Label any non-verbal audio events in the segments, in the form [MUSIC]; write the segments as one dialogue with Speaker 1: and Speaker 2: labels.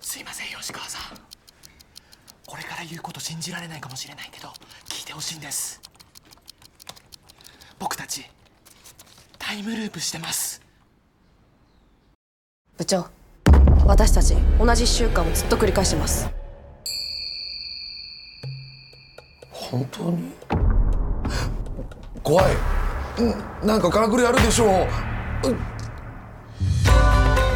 Speaker 1: すいません吉川さんこれから言うこと信じられないかもしれないけど聞いてほしいんです僕たちタイムループしてます
Speaker 2: 部長私たち同じ1週間をずっと繰り返してます
Speaker 3: 本当に怖いうんなんかからくりあるでしょう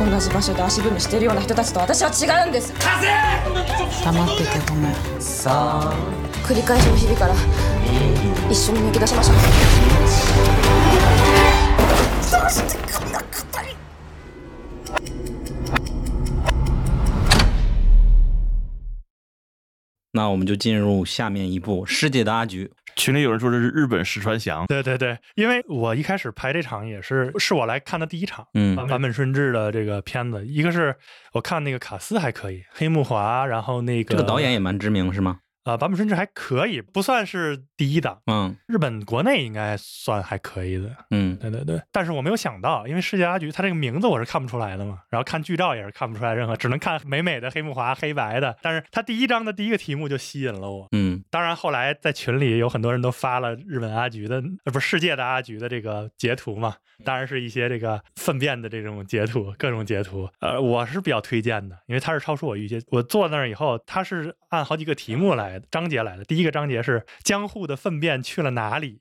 Speaker 2: 同じ場所で足踏みしてるような人たちと私は違うんです
Speaker 4: 黙っててごめん
Speaker 2: 繰り返しの日々から一緒に抜け出しましょう
Speaker 5: 那我们就进入下面一步《世界的阿菊》。
Speaker 6: 群里有人说这是日本石川翔，
Speaker 7: 对对对，因为我一开始排这场也是是我来看的第一场，
Speaker 5: 嗯
Speaker 7: 坂本顺治的这个片子，一个是我看那个卡斯还可以，黑木华，然后那个
Speaker 5: 这个导演也蛮知名是吗？
Speaker 7: 啊，坂本顺治还可以，不算是第一档，
Speaker 5: 嗯
Speaker 7: 日本国内应该算还可以的。
Speaker 5: 嗯，
Speaker 7: 对对对，但是我没有想到，因为世界阿菊它这个名字我是看不出来的嘛，然后看剧照也是看不出来任何，只能看美美的黑木华黑白的。但是它第一章的第一个题目就吸引了我，
Speaker 5: 嗯，
Speaker 7: 当然，后来在群里有很多人都发了日本阿菊的，呃，不是世界的阿菊的这个截图嘛，当然是一些这个粪便的这种截图，各种截图。呃，我是比较推荐的，因为它是超出我预期。我坐那儿以后，它是按好几个题目来的章节来的。第一个章节是江户的粪便去了哪里，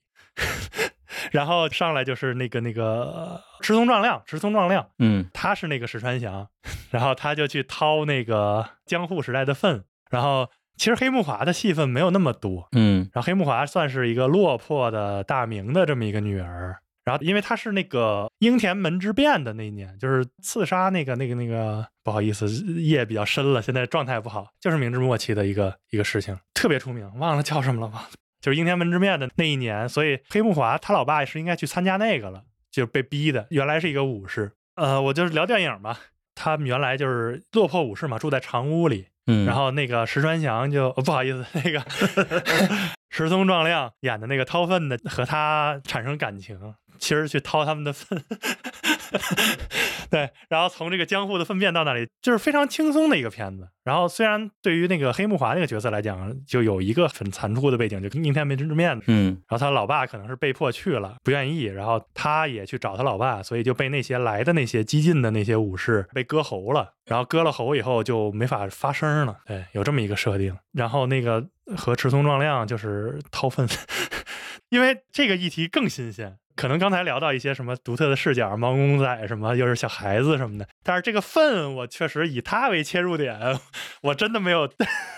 Speaker 7: [LAUGHS] 然后上来就是那个那呃个直通壮亮，直通壮亮，
Speaker 5: 嗯
Speaker 7: 他是那个石川翔， [LAUGHS] 然后他就去掏那个江户时代的粪，然后其实黑木华的戏份没有那么多，
Speaker 5: 嗯
Speaker 7: 然后黑木华算是一个落魄的大明的这么一个女儿，然后因为她是那个英田门之变的那一年，就是刺杀那个那个那个，不好意思，夜比较深了，现在状态不好，就是明治末期的一个一个事情，特别出名，忘了叫什么了，忘了， [LAUGHS] 就是英田门之变的那一年，所以黑木华他老爸是应该去参加那个了，就被逼的，原来是一个武士，呃，我就是聊电影吧。他们原来就是落魄武士嘛，住在长屋里，
Speaker 5: 嗯，
Speaker 7: 然后那个石川翔就、 [LAUGHS] 哦不好意思，那个石松壮亮演的那个掏粪的和他产生感情，其实去掏他们的粪。 [LAUGHS] 对，然后从这个江户的粪便到那里，就是非常轻松的一个片子。然后虽然对于那个黑木华那个角色来讲，就有一个很残酷的背景，就应天没之面的
Speaker 5: 嗯
Speaker 7: 然后他老爸可能是被迫去了，不愿意，然后他也去找他老爸，所以就被那些来的那些激进的那些武士被割喉了，然后割了喉以后就没法发声了，对，有这么一个设定。然后那个呃和池松壮亮就是掏粪， [LAUGHS] 因为这个议题更新鲜。可能刚才聊到一些什么独特的视角，毛公仔什么，又是小孩子什么的，但是这个粪，我确实以他为切入点， [LAUGHS] 我真的没有，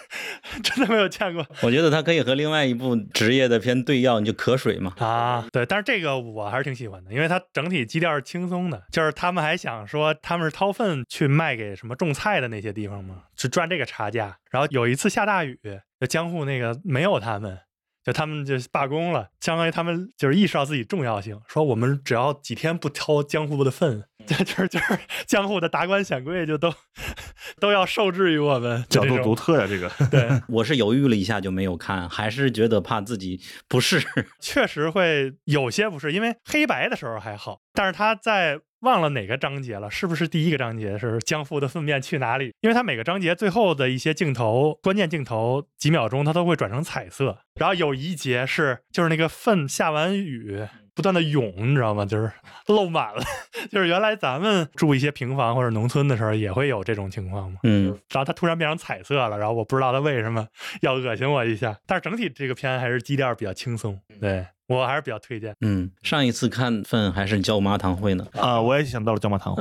Speaker 7: [LAUGHS] 真的没有见过
Speaker 5: 我觉得他可以和另外一部职业的片对药，你就渴水嘛。
Speaker 7: 啊，对，但是这个我还是挺喜欢的，因为它整体基调是轻松的，就是他们还想说他们是掏粪去卖给什么种菜的那些地方嘛，去赚这个差价。然后有一次下大雨，就江户那个没有他们，就他们就罢工了，相当于他们就是意识到自己重要性，说我们只要几天不掏江户的粪，就就是就是江户的达官显贵就都 [LAUGHS] 都要受制于我们，就
Speaker 6: 角
Speaker 7: 这
Speaker 6: 度
Speaker 7: 种
Speaker 6: 独特呀、这个
Speaker 7: 对。
Speaker 5: 我是犹豫了一下就没有看，还是觉得怕自己不是。
Speaker 7: 确实会有些不是，因为黑白的时候还好，但是他在忘了哪个章节了，是不是第一个章节是江父的粪便去哪里？因为他每个章节最后的一些镜头，关键镜头几秒钟，他都会转成彩色。然后有一节是就是那个粪下完雨。不断的涌，你知道吗？就是漏满了， [LAUGHS] 就是原来咱们住一些平房或者农村的时候，也会有这种情况嘛。
Speaker 5: 嗯
Speaker 7: 然后它突然变成彩色了，然后我不知道它为什么 [LAUGHS] 要恶心我一下。但是整体这个片还是基调比较轻松，对我还是比较推荐。
Speaker 5: 嗯，上一次看粪还是椒麻堂会呢。
Speaker 6: [LAUGHS]
Speaker 5: [LAUGHS]
Speaker 6: 啊，我也想到了椒麻糖。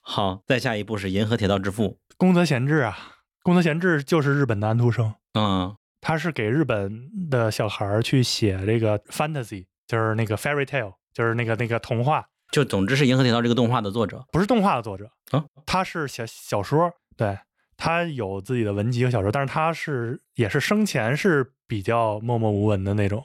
Speaker 5: 好，再下一步是《银河铁道之父
Speaker 7: 宫泽贤治啊，宫泽贤治就是日本的安徒生，》
Speaker 5: 啊，
Speaker 7: 他是给日本的小孩儿去写这个 fantasy，就是那个 fairy tale，就是那个那个童话，
Speaker 5: 就总之是《银河铁道》这个动画的作者。
Speaker 7: 不是动画的作者
Speaker 5: 啊，
Speaker 7: 他是写小说，对他有自己的文集和小说，但是他是也是生前是比较默默无闻的那种。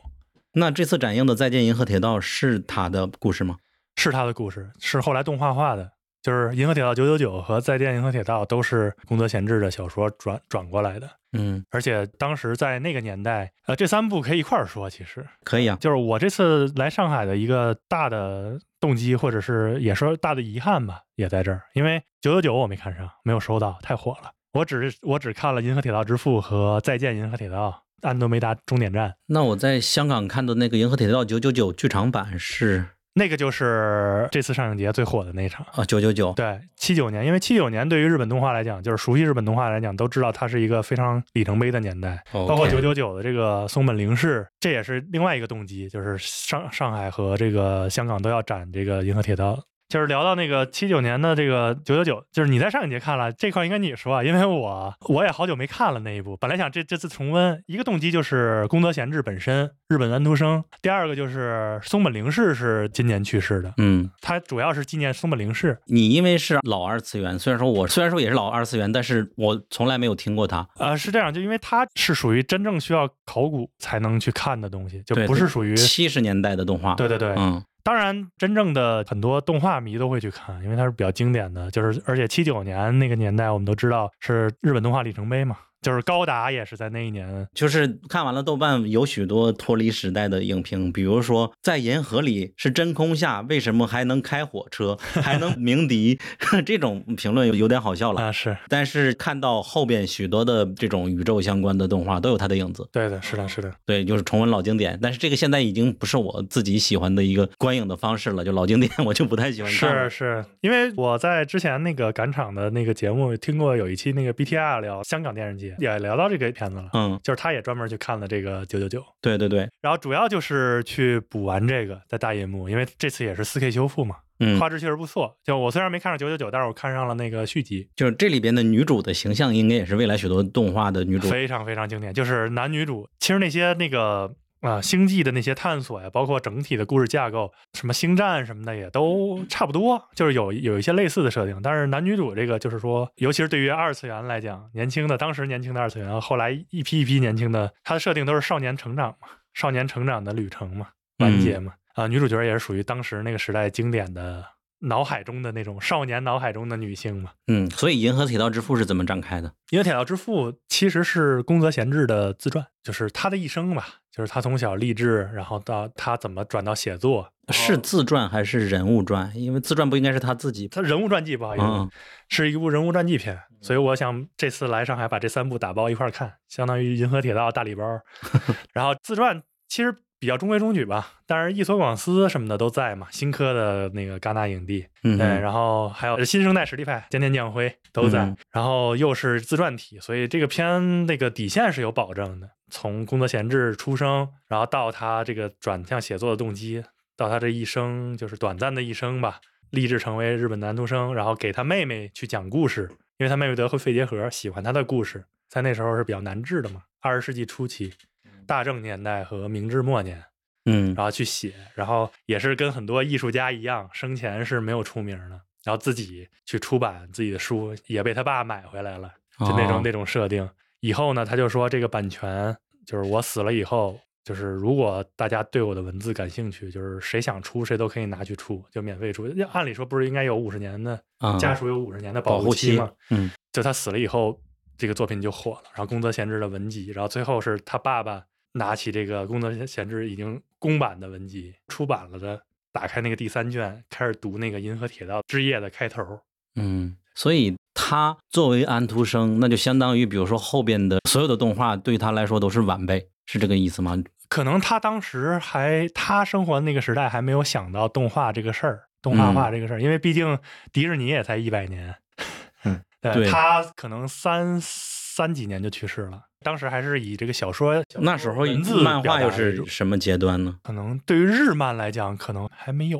Speaker 5: 那这次展映的《再见银河铁道》是他的故事吗？
Speaker 7: 是他的故事，是后来动画化的，就是《银河铁道九九九》和《再见银河铁道》都是宫泽贤治的小说转转过来的。
Speaker 5: 嗯，
Speaker 7: 而且当时在那个年代，呃，这三部可以一块儿说。其实
Speaker 5: 可以啊。
Speaker 7: 就是我这次来上海的一个大的动机，或者是也说大的遗憾吧，也在这儿。因为九九九我没看上，没有收到，太火了。我只我只看了《银河铁道之父》和《再见银河铁道》《安德梅达终点站》，
Speaker 5: 那我在香港看的那个《银河铁道九九九》剧场版是
Speaker 7: 那个就是这次上映节最火的那一场。
Speaker 5: 啊九九九，
Speaker 7: 对，七九年，因为七九年对于日本动画来讲，就是熟悉日本动画来讲，都知道它是一个非常里程碑的年代。包括九九九的这个松本零士，这也是另外一个动机，就是上上海和这个香港都要展这个银河铁道。就是聊到那个七九年的这个九九九，就是你在上一节看了这块，应该你说啊，因为我我也好久没看了那一部，本来想这这次重温，一个动机就是宫泽贤治本身，日本安徒生；第二个就是松本零士是今年去世的，
Speaker 5: 嗯，
Speaker 7: 他主要是纪念松本零士，
Speaker 5: 你因为是老二次元，虽然说我虽然说也是老二次元，但是我从来没有听过他。
Speaker 7: 呃，是这样，就因为它是属于真正需要考古才能去看的东西，就
Speaker 5: 对
Speaker 7: 不
Speaker 5: 对
Speaker 7: 是属于
Speaker 5: 七十年代的动画。
Speaker 7: 对对对。
Speaker 5: 嗯，
Speaker 7: 当然，真正的很多动画迷都会去看，因为它是比较经典的，就是而且七九年那个年代，我们都知道是日本动画里程碑嘛，就是高达也是在那一年。
Speaker 5: 就是看完了豆瓣有许多脱离时代的影评，比如说在银河里是真空下，为什么还能开火车，还能鸣笛？ [LAUGHS] 这种评论有有点好笑了。
Speaker 7: 啊，是
Speaker 5: 但是看到后边许多的这种宇宙相关的动画都有它的影子，
Speaker 7: 对的，是的，是的，
Speaker 5: 对，就是重温老经典。但是这个现在已经不是我自己喜欢的一个观影的方式了，就老经典我就不太喜欢看了。
Speaker 7: 是是，因为我在之前那个赶场的那个节目听过有一期那个 BTR 聊香港电视剧，也聊到这个片子了，
Speaker 5: 嗯，
Speaker 7: 就是他也专门去看了这个九九九，
Speaker 5: 对对对，
Speaker 7: 然后主要就是去补完这个在大银幕，因为这次也是 4K 修复嘛，
Speaker 5: 嗯，
Speaker 7: 画质确实不错。就我虽然没看上九九九，但是我看上了那个续集，
Speaker 5: 就是这里边的女主的形象，应该也是未来许多动画的女主。嗯
Speaker 7: 非常非常经典。就是男女主，其实那些那个啊、星际的那些探索呀，包括整体的故事架构，什么星战什么的也都差不多，就是有有一些类似的设定。但是男女主这个，就是说，尤其是对于二次元来讲，年轻的当时年轻的二次元，后来一批一批年轻的，它的设定都是少年成长嘛，少年成长的旅程嘛。完
Speaker 5: 嗯
Speaker 7: 结嘛。啊、女主角也是属于当时那个时代经典的脑海中的那种少年脑海中的女性嘛。
Speaker 5: 嗯，所以《银河铁道之父》是怎么展开的？
Speaker 7: 因为《铁道之父》其实是宫泽贤治的自传，就是他的一生吧，就是他从小励志，然后到他怎么转到写作，
Speaker 5: 是自传还是人物传？因为自传不应该是他自己。
Speaker 7: 他人物传记不好意思，
Speaker 5: 嗯，
Speaker 7: 是一部人物传记片，所以我想这次来上海把这三部打包一块儿看，相当于《银河铁道》大礼包。然后自传其实比较中规中矩吧，但是伊索广司什么的都在嘛，新科的那个戛纳影帝，
Speaker 5: 嗯
Speaker 7: 对，然后还有新生代实力派菅田将晖都在，
Speaker 5: 嗯
Speaker 7: 然后又是自传体，所以这个片那个底线是有保证的。从宫泽贤治出生，然后到他这个转向写作的动机，到他这一生就是短暂的一生吧，立志成为日本男独生，然后给他妹妹去讲故事，因为他妹妹得肺结核，喜欢他的故事，在那时候是比较难治的嘛，二十世纪初期，大正年代和明治末年，
Speaker 5: 嗯，
Speaker 7: 然后去写，然后也是跟很多艺术家一样，生前是没有出名的，然后自己去出版自己的书，也被他爸买回来了，就那种、
Speaker 5: 哦
Speaker 7: 那种设定。以后呢，他就说这个版权就是我死了以后，就是如果大家对我的文字感兴趣，就是谁想出谁都可以拿去出，就免费出。要按理说不是应该有五十年的
Speaker 5: 啊
Speaker 7: 家属有五十年的
Speaker 5: 保护
Speaker 7: 护
Speaker 5: 期
Speaker 7: 吗？
Speaker 5: 嗯，
Speaker 7: 就他死了以后，这个作品就火了。然后宫泽贤治的文集，然后最后是他爸爸拿起这个宫泽贤治已经公版的文集出版了的，打开那个第三卷，开始读那个《银河铁道之夜》的开头。
Speaker 5: 嗯，所以他作为安徒生，那就相当于比如说后边的所有的动画对他来说都是晚辈，是这个意思吗？
Speaker 7: 可能他当时还他生活的那个时代还没有想到动画这个事儿，动画
Speaker 5: 嗯
Speaker 7: 化这个事儿，因为毕竟迪士尼也才一百年，
Speaker 6: 嗯
Speaker 7: [LAUGHS] 对，
Speaker 5: 对
Speaker 7: 他可能三三几年就去世了。当时还是以这个小说，
Speaker 5: 那时候
Speaker 7: 文字
Speaker 5: 漫
Speaker 7: 表
Speaker 5: 画
Speaker 7: 达
Speaker 5: 又
Speaker 7: 为
Speaker 5: 是
Speaker 7: 主
Speaker 5: 什么阶段呢？
Speaker 7: 可能对于日漫来讲，可能还没有，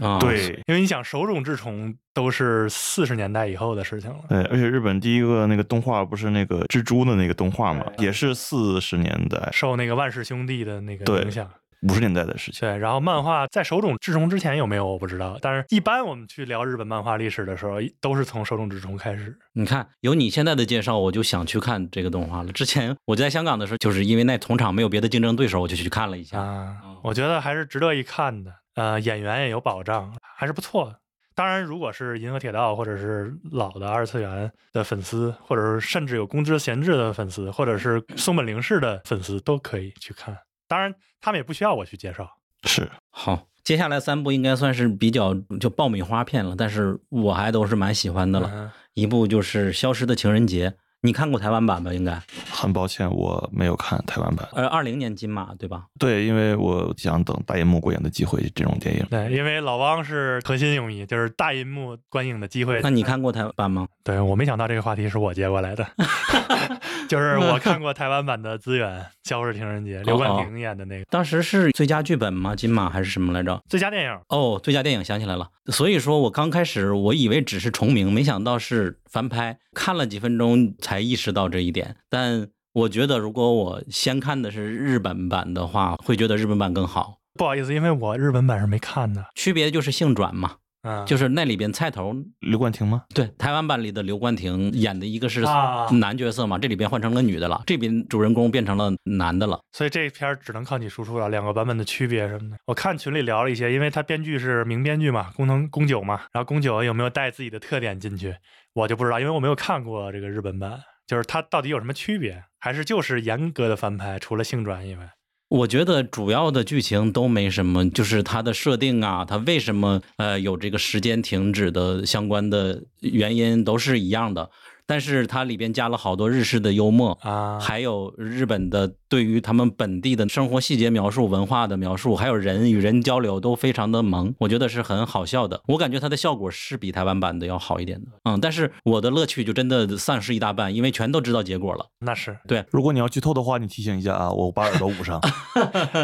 Speaker 5: 啊，，
Speaker 6: 对，
Speaker 7: 因为你想手冢治虫都是四十年代以后的事情了。
Speaker 6: 对，哎而且日本第一个那个动画不是那个蜘蛛的那个动画嘛，
Speaker 7: 对
Speaker 6: 也是四十年代、
Speaker 7: 受那个万氏兄弟的那个
Speaker 6: 对
Speaker 7: 影响，
Speaker 6: 五十年代的事情。
Speaker 7: 对，然后漫画在手冢治虫之前有没有我不知道，但是一般我们去聊日本漫画历史的时候，都是从手冢治虫开始。
Speaker 5: 你看有你现在的介绍，我就想去看这个动画了。之前我在香港的时候，就是因为那同场没有别的竞争对手，我就去看了一下。
Speaker 7: 啊，我觉得还是值得一看的。呃，演员也有保障，还是不错的。当然，如果是《银河铁道》或者是老的二次元的粉丝，或者是甚至有宫之贤治的粉丝，或者是松本零士的粉丝，都可以去看。当然，他们也不需要我去介绍。
Speaker 6: 是
Speaker 5: 好，接下来三部应该算是比较就爆米花片了，但是我还都是蛮喜欢的了。
Speaker 7: 嗯
Speaker 5: 一部就是《消失的情人节》，你看过台湾版吧？应该，
Speaker 6: 很抱歉，我没有看台湾版。
Speaker 5: 呃，二零年金马对吧？
Speaker 6: 对，因为我想等大银幕过演的机会，这种电影
Speaker 7: 对，因为老汪是核心影迷，就是大银幕观影的机会。
Speaker 5: 那你看过台湾吗？
Speaker 7: 对我没想到这个话题是我接过来 [LAUGHS] 的， [LAUGHS] 就是我看过台湾版的资源《消失的情人节》，刘冠廷演的那个
Speaker 5: 当时是最佳剧本吗？金马还是什么来着？
Speaker 7: 最佳电影。
Speaker 5: 哦，最佳电影想起来了。所以说我刚开始我以为只是重名，没想到是翻拍，看了几分钟才意识到这一点。但我觉得如果我先看的是日本版的话，会觉得日本版更好。
Speaker 7: 不好意思，因为我日本版是没看的，
Speaker 5: 区别就是性转嘛，
Speaker 7: 嗯，
Speaker 5: 就是那里边菜头
Speaker 6: 刘冠廷吗？
Speaker 5: 对台湾版里的刘冠廷演的一个是
Speaker 7: 啊
Speaker 5: 男角色嘛，这里边换成了女的了，这边主人公变成了男的了。
Speaker 7: 所以这片儿只能靠你输出了两个版本的区别什么的。我看群里聊了一些，因为他编剧是名编剧嘛，工藤宫九嘛，然后宫九有没有带自己的特点进去，我就不知道，因为我没有看过这个日本版，就是它到底有什么区别，还是就是严格的翻拍，除了性转以外。
Speaker 5: 我觉得主要的剧情都没什么，就是它的设定啊，它为什么呃有这个时间停止的相关的原因都是一样的，但是它里边加了好多日式的幽默
Speaker 7: 啊
Speaker 5: 还有日本的对于他们本地的生活细节描述、文化的描述，还有人与人交流都非常的萌，我觉得是很好笑的。我感觉它的效果是比台湾版的要好一点的，嗯，但是我的乐趣就真的丧失一大半，因为全都知道结果了。
Speaker 7: 那 [LAUGHS] 是
Speaker 6: 如果你要剧透的话，你提醒一下啊，我把耳朵捂 [LAUGHS] 上？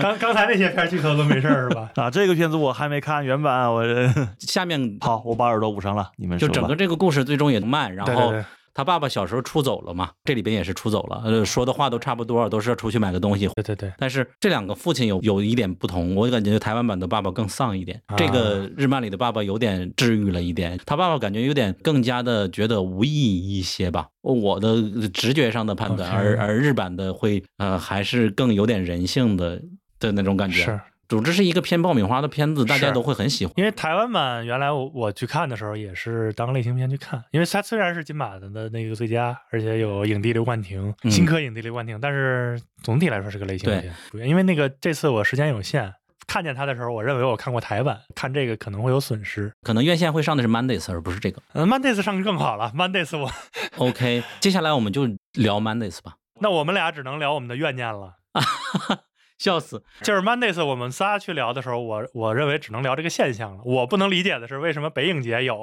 Speaker 7: 刚刚才那些片儿剧透都没事儿是吧
Speaker 6: 啊。这个片子我还没看原版啊，我
Speaker 5: 下面
Speaker 6: [LAUGHS] 好，我把耳朵捂上了，你们
Speaker 5: 就
Speaker 6: 说
Speaker 5: 整
Speaker 6: 吧
Speaker 5: 个。这个故事最终也慢，然
Speaker 7: 对对
Speaker 5: 后
Speaker 7: 对
Speaker 5: 他爸爸小时候出走了嘛，这里边也是出走了，呃，说的话都差不多，都是要出去买个东西。
Speaker 7: [LAUGHS] 对对对，
Speaker 5: 但是这两个父亲有有一点不同，我感觉台湾版的爸爸更丧一点
Speaker 7: 啊，
Speaker 5: 这个日漫里的爸爸有点治愈了一点，他爸爸感觉有点更加的觉得无意义一些吧，我的直觉上的判断，
Speaker 7: OK
Speaker 5: 而而日版的会呃还是更有点人性的的那种感觉。
Speaker 7: 是。
Speaker 5: 总之是一个偏爆米花的片子，大家
Speaker 7: 是
Speaker 5: 都会很喜欢。
Speaker 7: 因为台湾版原来我我去看的时候也是当类型片去看，因为它虽然是金马的那个最佳，而且有影帝刘冠廷，
Speaker 5: 嗯
Speaker 7: 新科影帝刘冠廷，但是总体来说是个类型片。因为那个这次我时间有限，看见它的时候，我认为我看过台版，看这个可能会有损失。
Speaker 5: 可能院线会上的是 Mondays，而不是这个。
Speaker 7: 嗯、m o n d a y s 上更好了 m o n d a y s 我 [LAUGHS]
Speaker 5: OK，接下来我们就聊 Mondays 吧。
Speaker 7: 那我们俩只能聊我们的怨念了。
Speaker 5: 笑死！
Speaker 7: 就是 Mondays 我们仨去聊的时候，我我认为只能聊这个现象了。我不能理解的是，为什么北影节有，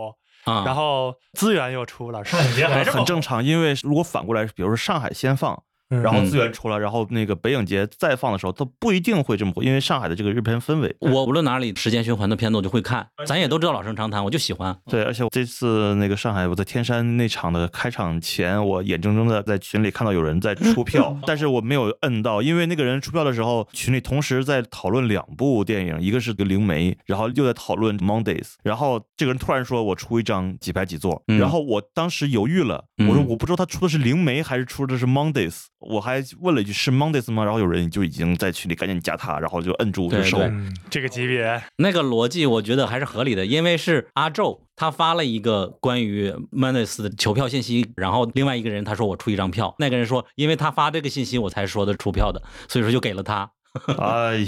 Speaker 5: 啊、
Speaker 7: 然后资源又出了，上影节还这么
Speaker 6: 很正常，因为如果反过来，比如说上海先放，
Speaker 7: 嗯
Speaker 6: 然后资源出来，然后那个北影节再放的时候，它不一定会这么火，因为上海的这个日片氛围。
Speaker 5: 我无论哪里时间循环的片子，我就会看。咱也都知道老生常谈，我就喜欢。
Speaker 6: 对，而且我这次那个上海，我在天山那场的开场前，我眼睁睁的在群里看到有人在出
Speaker 5: [LAUGHS]
Speaker 6: 票，但是我没有摁到，因为那个人出票的时候，群里同时在讨论两部电影，一个是《灵媒》，然后又在讨论《Mondays》，然后这个人突然说我出一张几排几座，
Speaker 5: 嗯
Speaker 6: 然后我当时犹豫了，我说我不知道他出的是《灵媒》还是出的是《Mondays》，我还问了一句是《Mondays》吗？然后有人就已经在群里赶紧加他，然后就摁住我
Speaker 5: 对
Speaker 6: 的手
Speaker 5: 对。
Speaker 7: 嗯，这个级别，
Speaker 5: 那个逻辑我觉得还是合理的，因为是阿宙他发了一个关于 Manus 的求票信息，然后另外一个人他说我出一张票，那个人说因为他发这个信息我才说的出票的，所以说就给
Speaker 7: [LAUGHS]
Speaker 5: 了他。
Speaker 6: 哎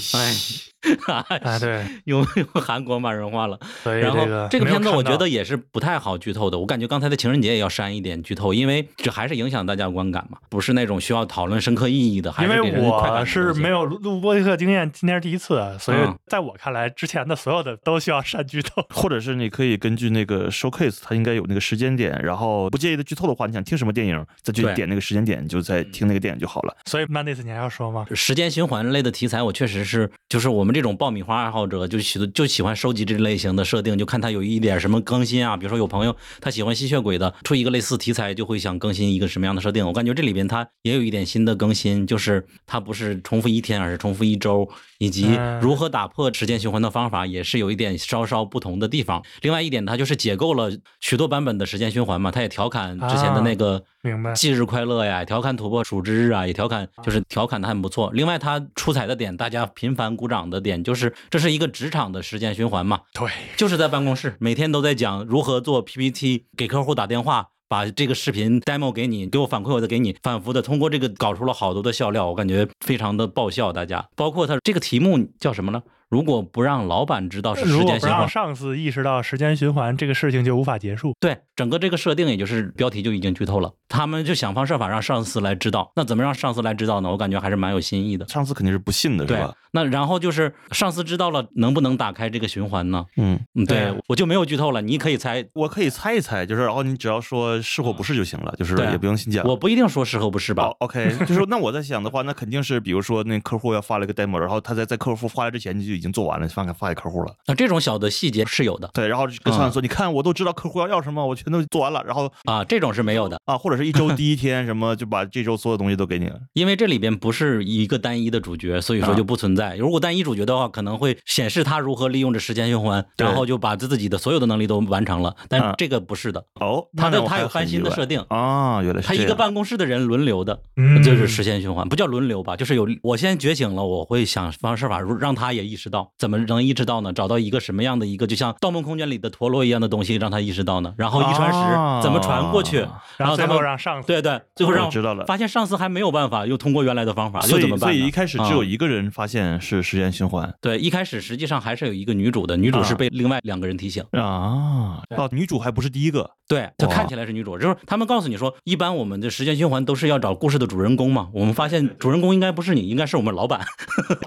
Speaker 5: 哎，
Speaker 7: 啊，对，
Speaker 5: [LAUGHS] 用用韩国骂人话了。
Speaker 7: 所以
Speaker 5: 然后
Speaker 7: 个
Speaker 5: 这
Speaker 7: 这
Speaker 5: 个片子我觉得也是不太好剧透的，我感觉刚才的情人节也要删一点剧透，因为这还是影响大家观感嘛，不是那种需要讨论深刻意义的，还
Speaker 7: 因
Speaker 5: 是
Speaker 7: 为
Speaker 5: 给人快感
Speaker 7: 我
Speaker 5: 的
Speaker 7: 是
Speaker 5: 东西
Speaker 7: 没有录录播客经验，今天是第一次，所以
Speaker 5: 嗯
Speaker 7: 在我看来，之前的所有的都需要删剧透。 [LAUGHS]
Speaker 6: 或者是你可以根据那个 showcase，它应该有那个时间点，然后不介意的剧透的话，你想听什么电影，再去
Speaker 5: 对
Speaker 6: 点那个时间点，你就再听那个电影就好了。
Speaker 7: 所以 Mandays 你还要说吗？
Speaker 5: 时间循环类的题材，我确实是，就是我们这种爆米花爱好者就喜就喜欢收集这类型的设定，就看它有一点什么更新啊。比如说有朋友他喜欢吸血鬼的，出一个类似题材就会想更新一个什么样的设定。我感觉这里边它也有一点新的更新，就是它不是重复一天，而是重复一周，以及
Speaker 7: 嗯
Speaker 5: 如何打破时间循环的方法，也是有一点稍稍不同的地方。另外一点，它就是解构了许多版本的时间循环嘛，它也调侃之前的
Speaker 7: 啊
Speaker 5: 那个、
Speaker 7: 明白
Speaker 5: 忌日快乐呀，调侃土拨鼠之日啊，也调侃，就是调侃的很不错。另外，它出彩的点，大家频繁鼓掌的点，就是这是一个职场的时间循环嘛，
Speaker 7: 对，
Speaker 5: 就是在办公室每天都在讲如何做 PPT，给客户打电话。把这个视频 demo 给你，给我反馈，我再给你，反复的通过这个搞出了好多的笑料，我感觉非常的爆笑。大家，包括它这个题目叫什么呢？如果不让老板知道是时
Speaker 7: 如果
Speaker 5: 间
Speaker 7: 不
Speaker 5: 循环
Speaker 7: 让，上司意识到时间循环这个事情就无法结束， [LAUGHS]
Speaker 5: 对，整个这个设定也就是标题就已经剧透了，他们就想方设法让上司来知道。那怎么让上司来知道呢？我感觉还是蛮有新意的。
Speaker 6: 上司肯定是不信的，是
Speaker 5: 对
Speaker 6: 吧？，
Speaker 5: 那然后就是上司知道了，能不能打开这个循环呢？
Speaker 6: 嗯，
Speaker 5: 嗯，
Speaker 7: 对
Speaker 5: 对我就没有剧透了，你可以猜。
Speaker 6: 我可以猜一猜，就是然哦后你只要说是或不是就行了，就是
Speaker 5: 对
Speaker 6: 也不用新讲。
Speaker 5: 我不一定说是和不是吧？
Speaker 6: 哦，OK，就是 [LAUGHS] 那我在想的话，那肯定是比如说那客户要发了一个 demo，然后他在在客户发来之前就已经做完了，发给发给客户了。
Speaker 5: 啊，这种小的细节是有的
Speaker 6: 对，然后跟上司说，你看我都知道客户要要什么，我全都做完了，然后
Speaker 5: 啊，这种是没有的，
Speaker 6: 啊，或者是一 [LAUGHS] 周第一天什么就把这周所有东西都给你了。
Speaker 5: 因为这里边不是一个单一的主角，所以
Speaker 6: 啊
Speaker 5: 说就不存在。如果单一主角的话，可能会显示他如何利用这时间循环，
Speaker 6: 对
Speaker 5: 然后就把自己的所有的能力都完成了。
Speaker 6: 啊
Speaker 5: 但这个不是的，
Speaker 6: 哦，
Speaker 5: 他
Speaker 6: 那
Speaker 5: 的
Speaker 6: 我
Speaker 5: 他
Speaker 6: 还
Speaker 5: 有翻
Speaker 6: 很
Speaker 5: 新
Speaker 6: 意
Speaker 5: 的
Speaker 6: 外
Speaker 5: 设定
Speaker 6: 啊，原来是
Speaker 5: 他
Speaker 6: 这
Speaker 5: 一个
Speaker 6: 样
Speaker 5: 办公室的人轮流的，
Speaker 7: 嗯
Speaker 5: 就是时间循环，不叫轮流吧，就是有我现在觉醒了，我会想方设法让他也意识到，怎么能意识到呢？找到一个什么样的一个，就像《盗梦空间》里的陀螺一样的东西，让他意识到呢？然后一传十、
Speaker 6: 啊
Speaker 5: 怎么传过去？
Speaker 7: 然后
Speaker 5: 他
Speaker 7: 最
Speaker 5: 们
Speaker 7: 后让上司
Speaker 5: 对对，最后让
Speaker 6: 我知道了
Speaker 5: 发现上司还没有办法，又通过原来的方法，
Speaker 6: 所
Speaker 5: 又怎
Speaker 6: 以
Speaker 5: 么办呢？
Speaker 6: 所以一开始只有
Speaker 5: 啊
Speaker 6: 一个人发现是时间循环
Speaker 5: 对，一开始实际上还是有一个女主的，女主
Speaker 6: 啊
Speaker 5: 是被另外两个人提醒。
Speaker 6: 啊，哦，女主还不是第一个，
Speaker 5: 对，她
Speaker 7: 哦
Speaker 6: 哇
Speaker 5: 看起来是女主，就是他们告诉你说，一般我们的时间循环都是要找故事的主人公嘛。我们发现主人公应该不是你，应该是我们老板，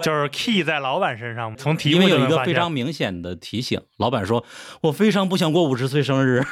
Speaker 7: 就是 key 在老板身上，从题
Speaker 5: 因
Speaker 7: 目
Speaker 5: 为
Speaker 7: 就
Speaker 5: 有一
Speaker 7: 能
Speaker 5: 个
Speaker 7: 发
Speaker 5: 非
Speaker 7: 现。
Speaker 5: 常明显的提醒。老板说：“我非常不想过五十岁生日。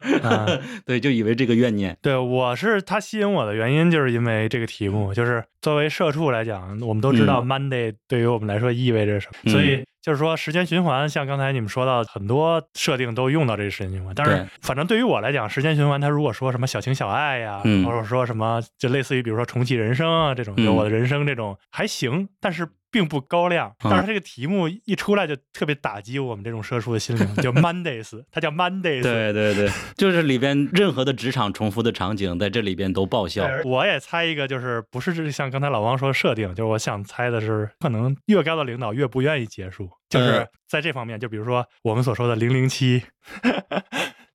Speaker 7: 嗯
Speaker 5: [LAUGHS] 对，就以为这个怨念。
Speaker 7: 对，我是他吸引我的原因，就是因为这个题目，就是作为社畜来讲，我们都知道
Speaker 5: 嗯
Speaker 7: Monday 对于我们来说意味着什么，
Speaker 5: 嗯
Speaker 7: 所以就是说时间循环，像刚才你们说到，很多设定都用到这个时间循环。但是
Speaker 5: 对
Speaker 7: 反正对于我来讲，时间循环它如果说什么小情小爱呀、
Speaker 5: 嗯
Speaker 7: 或者说什么就类似于比如说重启人生啊这种，
Speaker 5: 嗯
Speaker 7: 就我的人生这种还行，但是。并不高亮，
Speaker 5: 嗯
Speaker 7: 但是它这个题目一出来就特别打击我们这种社畜的心灵，
Speaker 5: [LAUGHS]
Speaker 7: 叫 Mondays，它叫 Mondays，
Speaker 5: 对对对，就是里边任何的职场重复的场景，在这里边都爆笑。
Speaker 7: 我也猜一个，就是不是这像刚才老王说的设定，就是我想猜的是，可能越高的领导越不愿意结束，就是
Speaker 5: 呃
Speaker 7: 在这方面，就比如说我们所说的零零七，